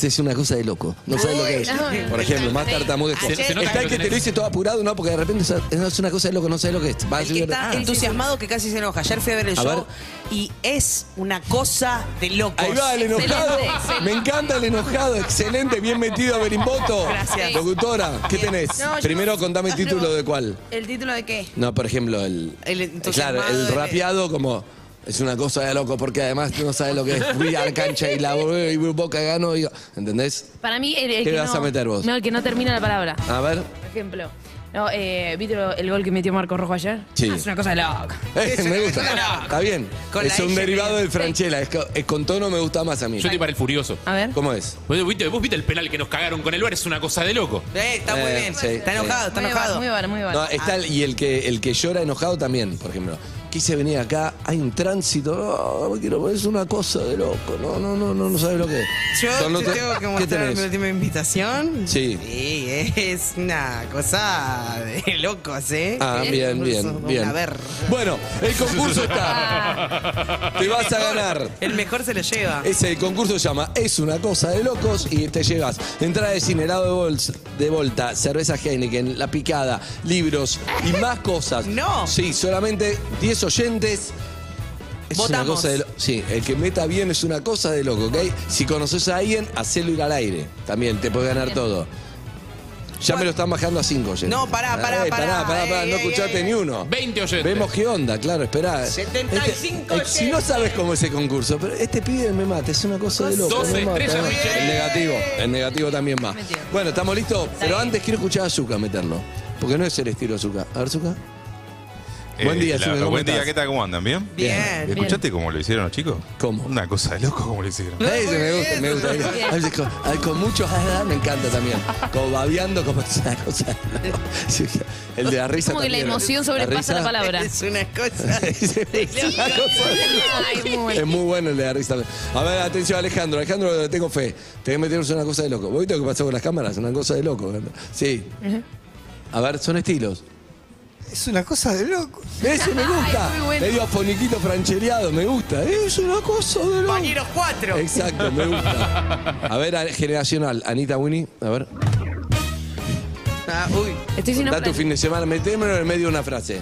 Speaker 2: Es una cosa de loco. No sabes lo que es.
Speaker 5: Uy,
Speaker 2: Por ejemplo, más tartamudesco.
Speaker 3: Se- se nota
Speaker 2: Está el
Speaker 3: que
Speaker 2: que te
Speaker 3: lo
Speaker 2: lo
Speaker 3: tenés.
Speaker 2: dice todo apurado, no, porque de repente es- es una cosa de loco, no sabes lo que es. Va a
Speaker 5: El que
Speaker 2: decir-
Speaker 5: está
Speaker 2: Ah.
Speaker 5: entusiasmado que casi se enoja. Ayer fui a ver el
Speaker 2: A
Speaker 5: show y es una cosa de locos.
Speaker 2: Ahí va el enojado. Me encanta el enojado. Excelente, bien metido, Berimboto.
Speaker 5: Gracias.
Speaker 2: Locutora, ¿qué tenés?
Speaker 7: No, yo-
Speaker 2: Primero contame el título de cuál.
Speaker 7: ¿El título de qué?
Speaker 2: No, por ejemplo, el.
Speaker 5: El
Speaker 2: claro,
Speaker 5: entusiasmado
Speaker 2: el
Speaker 5: de-
Speaker 2: rapeado como. Es una cosa de loco, porque además tú no sabes lo que es. Fui a la cancha y la volví, y Boca ganó. Y, ¿Entendés?
Speaker 7: Para mí, el, el
Speaker 2: ¿Qué
Speaker 7: que
Speaker 2: vas
Speaker 7: no,
Speaker 2: a meter vos?
Speaker 7: No, el que no termina la palabra.
Speaker 2: A ver.
Speaker 7: Por ejemplo. No, eh, ¿Viste lo- el gol que metió Marco Rojo ayer?
Speaker 2: Sí.
Speaker 7: Ah, es una cosa loca.
Speaker 2: Eh, me gusta. Está bien.
Speaker 7: Con
Speaker 2: es
Speaker 7: la
Speaker 2: un
Speaker 7: H
Speaker 2: derivado
Speaker 7: medio.
Speaker 2: del Franchella. Es, co- es con tono me gusta más a mí.
Speaker 3: Yo estoy para el furioso.
Speaker 7: A ver.
Speaker 2: ¿Cómo es?
Speaker 3: Vos viste, vos viste el penal que nos cagaron con el bar, es una cosa de loco.
Speaker 5: Eh, está muy
Speaker 2: Eh,
Speaker 5: bien.
Speaker 2: sí,
Speaker 5: está
Speaker 2: sí.
Speaker 5: enojado, está
Speaker 7: Muy
Speaker 5: enojado.
Speaker 7: bar, muy bar, muy bar.
Speaker 2: No, está el- y el que, el que llora enojado también, por ejemplo. Quise venir acá, hay un tránsito, no, no quiero, es una cosa de loco, no, no, no, no, no sabes lo que es.
Speaker 5: Yo
Speaker 2: Son los
Speaker 5: te
Speaker 2: tre-
Speaker 5: tengo que
Speaker 2: ¿Qué
Speaker 5: mostrar mi
Speaker 2: tenés?
Speaker 5: última invitación.
Speaker 2: Sí.
Speaker 5: Sí, es una cosa de locos, ¿eh?
Speaker 2: Ah, bien, bien, bien.
Speaker 5: A ver.
Speaker 2: Bueno, el concurso está. Te vas a ganar.
Speaker 5: El mejor se lo lleva.
Speaker 2: Es el concurso se llama Es una cosa de locos y te llevas entrada de cine, helado de, bols, de volta, cerveza Heineken, la picada, libros y más cosas. No. Sí, solamente 10 oyentes. Es
Speaker 5: Votamos.
Speaker 2: una cosa de lo- Sí, el que meta bien es una cosa de loco, ¿ok? Si conoces a alguien, hacelo ir al aire. También te puede ganar todo. Ya me lo están bajando a 5 oyentes.
Speaker 5: No, pará, pará,
Speaker 2: Eh,
Speaker 5: pará,
Speaker 2: pará, pará,
Speaker 5: ey,
Speaker 2: no
Speaker 5: ey,
Speaker 2: escuchaste
Speaker 5: ey.
Speaker 2: ni uno.
Speaker 3: 20 oyentes.
Speaker 2: Vemos qué onda, claro, esperá.
Speaker 5: 75
Speaker 2: Este- Si no sabes cómo es el concurso, pero este pibe me mata, es una cosa de loco.
Speaker 3: 12
Speaker 2: me mata.
Speaker 3: estrellas, Michelle.
Speaker 2: El negativo, el negativo también va. Bueno, estamos listos, pero antes quiero escuchar a Zuka meterlo, porque no es el estilo Zuka. A ver, Zuka. Buen día,
Speaker 15: Eh, la-
Speaker 2: Zuka, ¿cómo
Speaker 15: Buen día,
Speaker 2: estás?
Speaker 15: ¿qué tal? ¿Cómo andan? ¿Bien?
Speaker 2: Bien, bien.
Speaker 15: ¿Escuchaste cómo lo hicieron los chicos?
Speaker 2: ¿Cómo?
Speaker 15: Una cosa de loco como lo hicieron.
Speaker 2: Ese me gusta, me gusta.
Speaker 15: bien.
Speaker 2: Ay, con, ay, con mucho ah, me encanta también. Como babeando, como es una cosa. de loco. El de la risa.
Speaker 7: Como que la
Speaker 2: también.
Speaker 7: emoción sobrepasa la
Speaker 2: risa.
Speaker 7: palabra.
Speaker 5: Es una cosa.
Speaker 7: Ay, muy
Speaker 2: Es muy bueno el de la risa. A ver, atención, Alejandro. Alejandro, le tengo fe. Te que meternos una cosa de loco. ¿Vos viste lo que pasó con las cámaras? Una cosa de loco. Alejandro. Sí. A ver, son estilos.
Speaker 16: Es una cosa de loco.
Speaker 2: Ese me gusta.
Speaker 16: Ay, muy bueno.
Speaker 2: Medio foniquito franchereado, me gusta. Es una cosa de loco.
Speaker 5: Pañeros 4.
Speaker 2: Exacto, me gusta. A ver, a- generacional. Anita Winnie, a ver.
Speaker 5: Ah, uy.
Speaker 17: Estoy sin
Speaker 2: Da tu
Speaker 17: nombre.
Speaker 2: fin de semana, metémelo en el medio de una frase.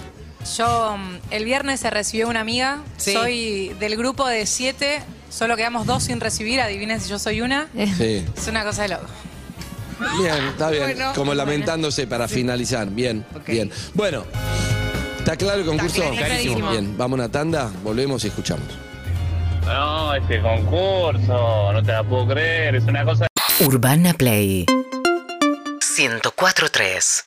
Speaker 17: Yo mm, el viernes se recibió una amiga.
Speaker 2: Sí.
Speaker 17: Soy del grupo de siete. Solo quedamos dos sin recibir. Adivinen si yo soy una.
Speaker 2: Sí.
Speaker 17: Es una cosa de loco.
Speaker 2: Bien, está bien.
Speaker 17: Bueno.
Speaker 2: Como lamentándose para finalizar. Bien, bien. Bueno, ¿está claro el concurso?
Speaker 18: clarísimo. Clarísimo.
Speaker 2: Bien, vamos a una tanda, volvemos y escuchamos.
Speaker 18: No, este concurso, no te la puedo creer, es una cosa...
Speaker 19: Urbana Play 104.3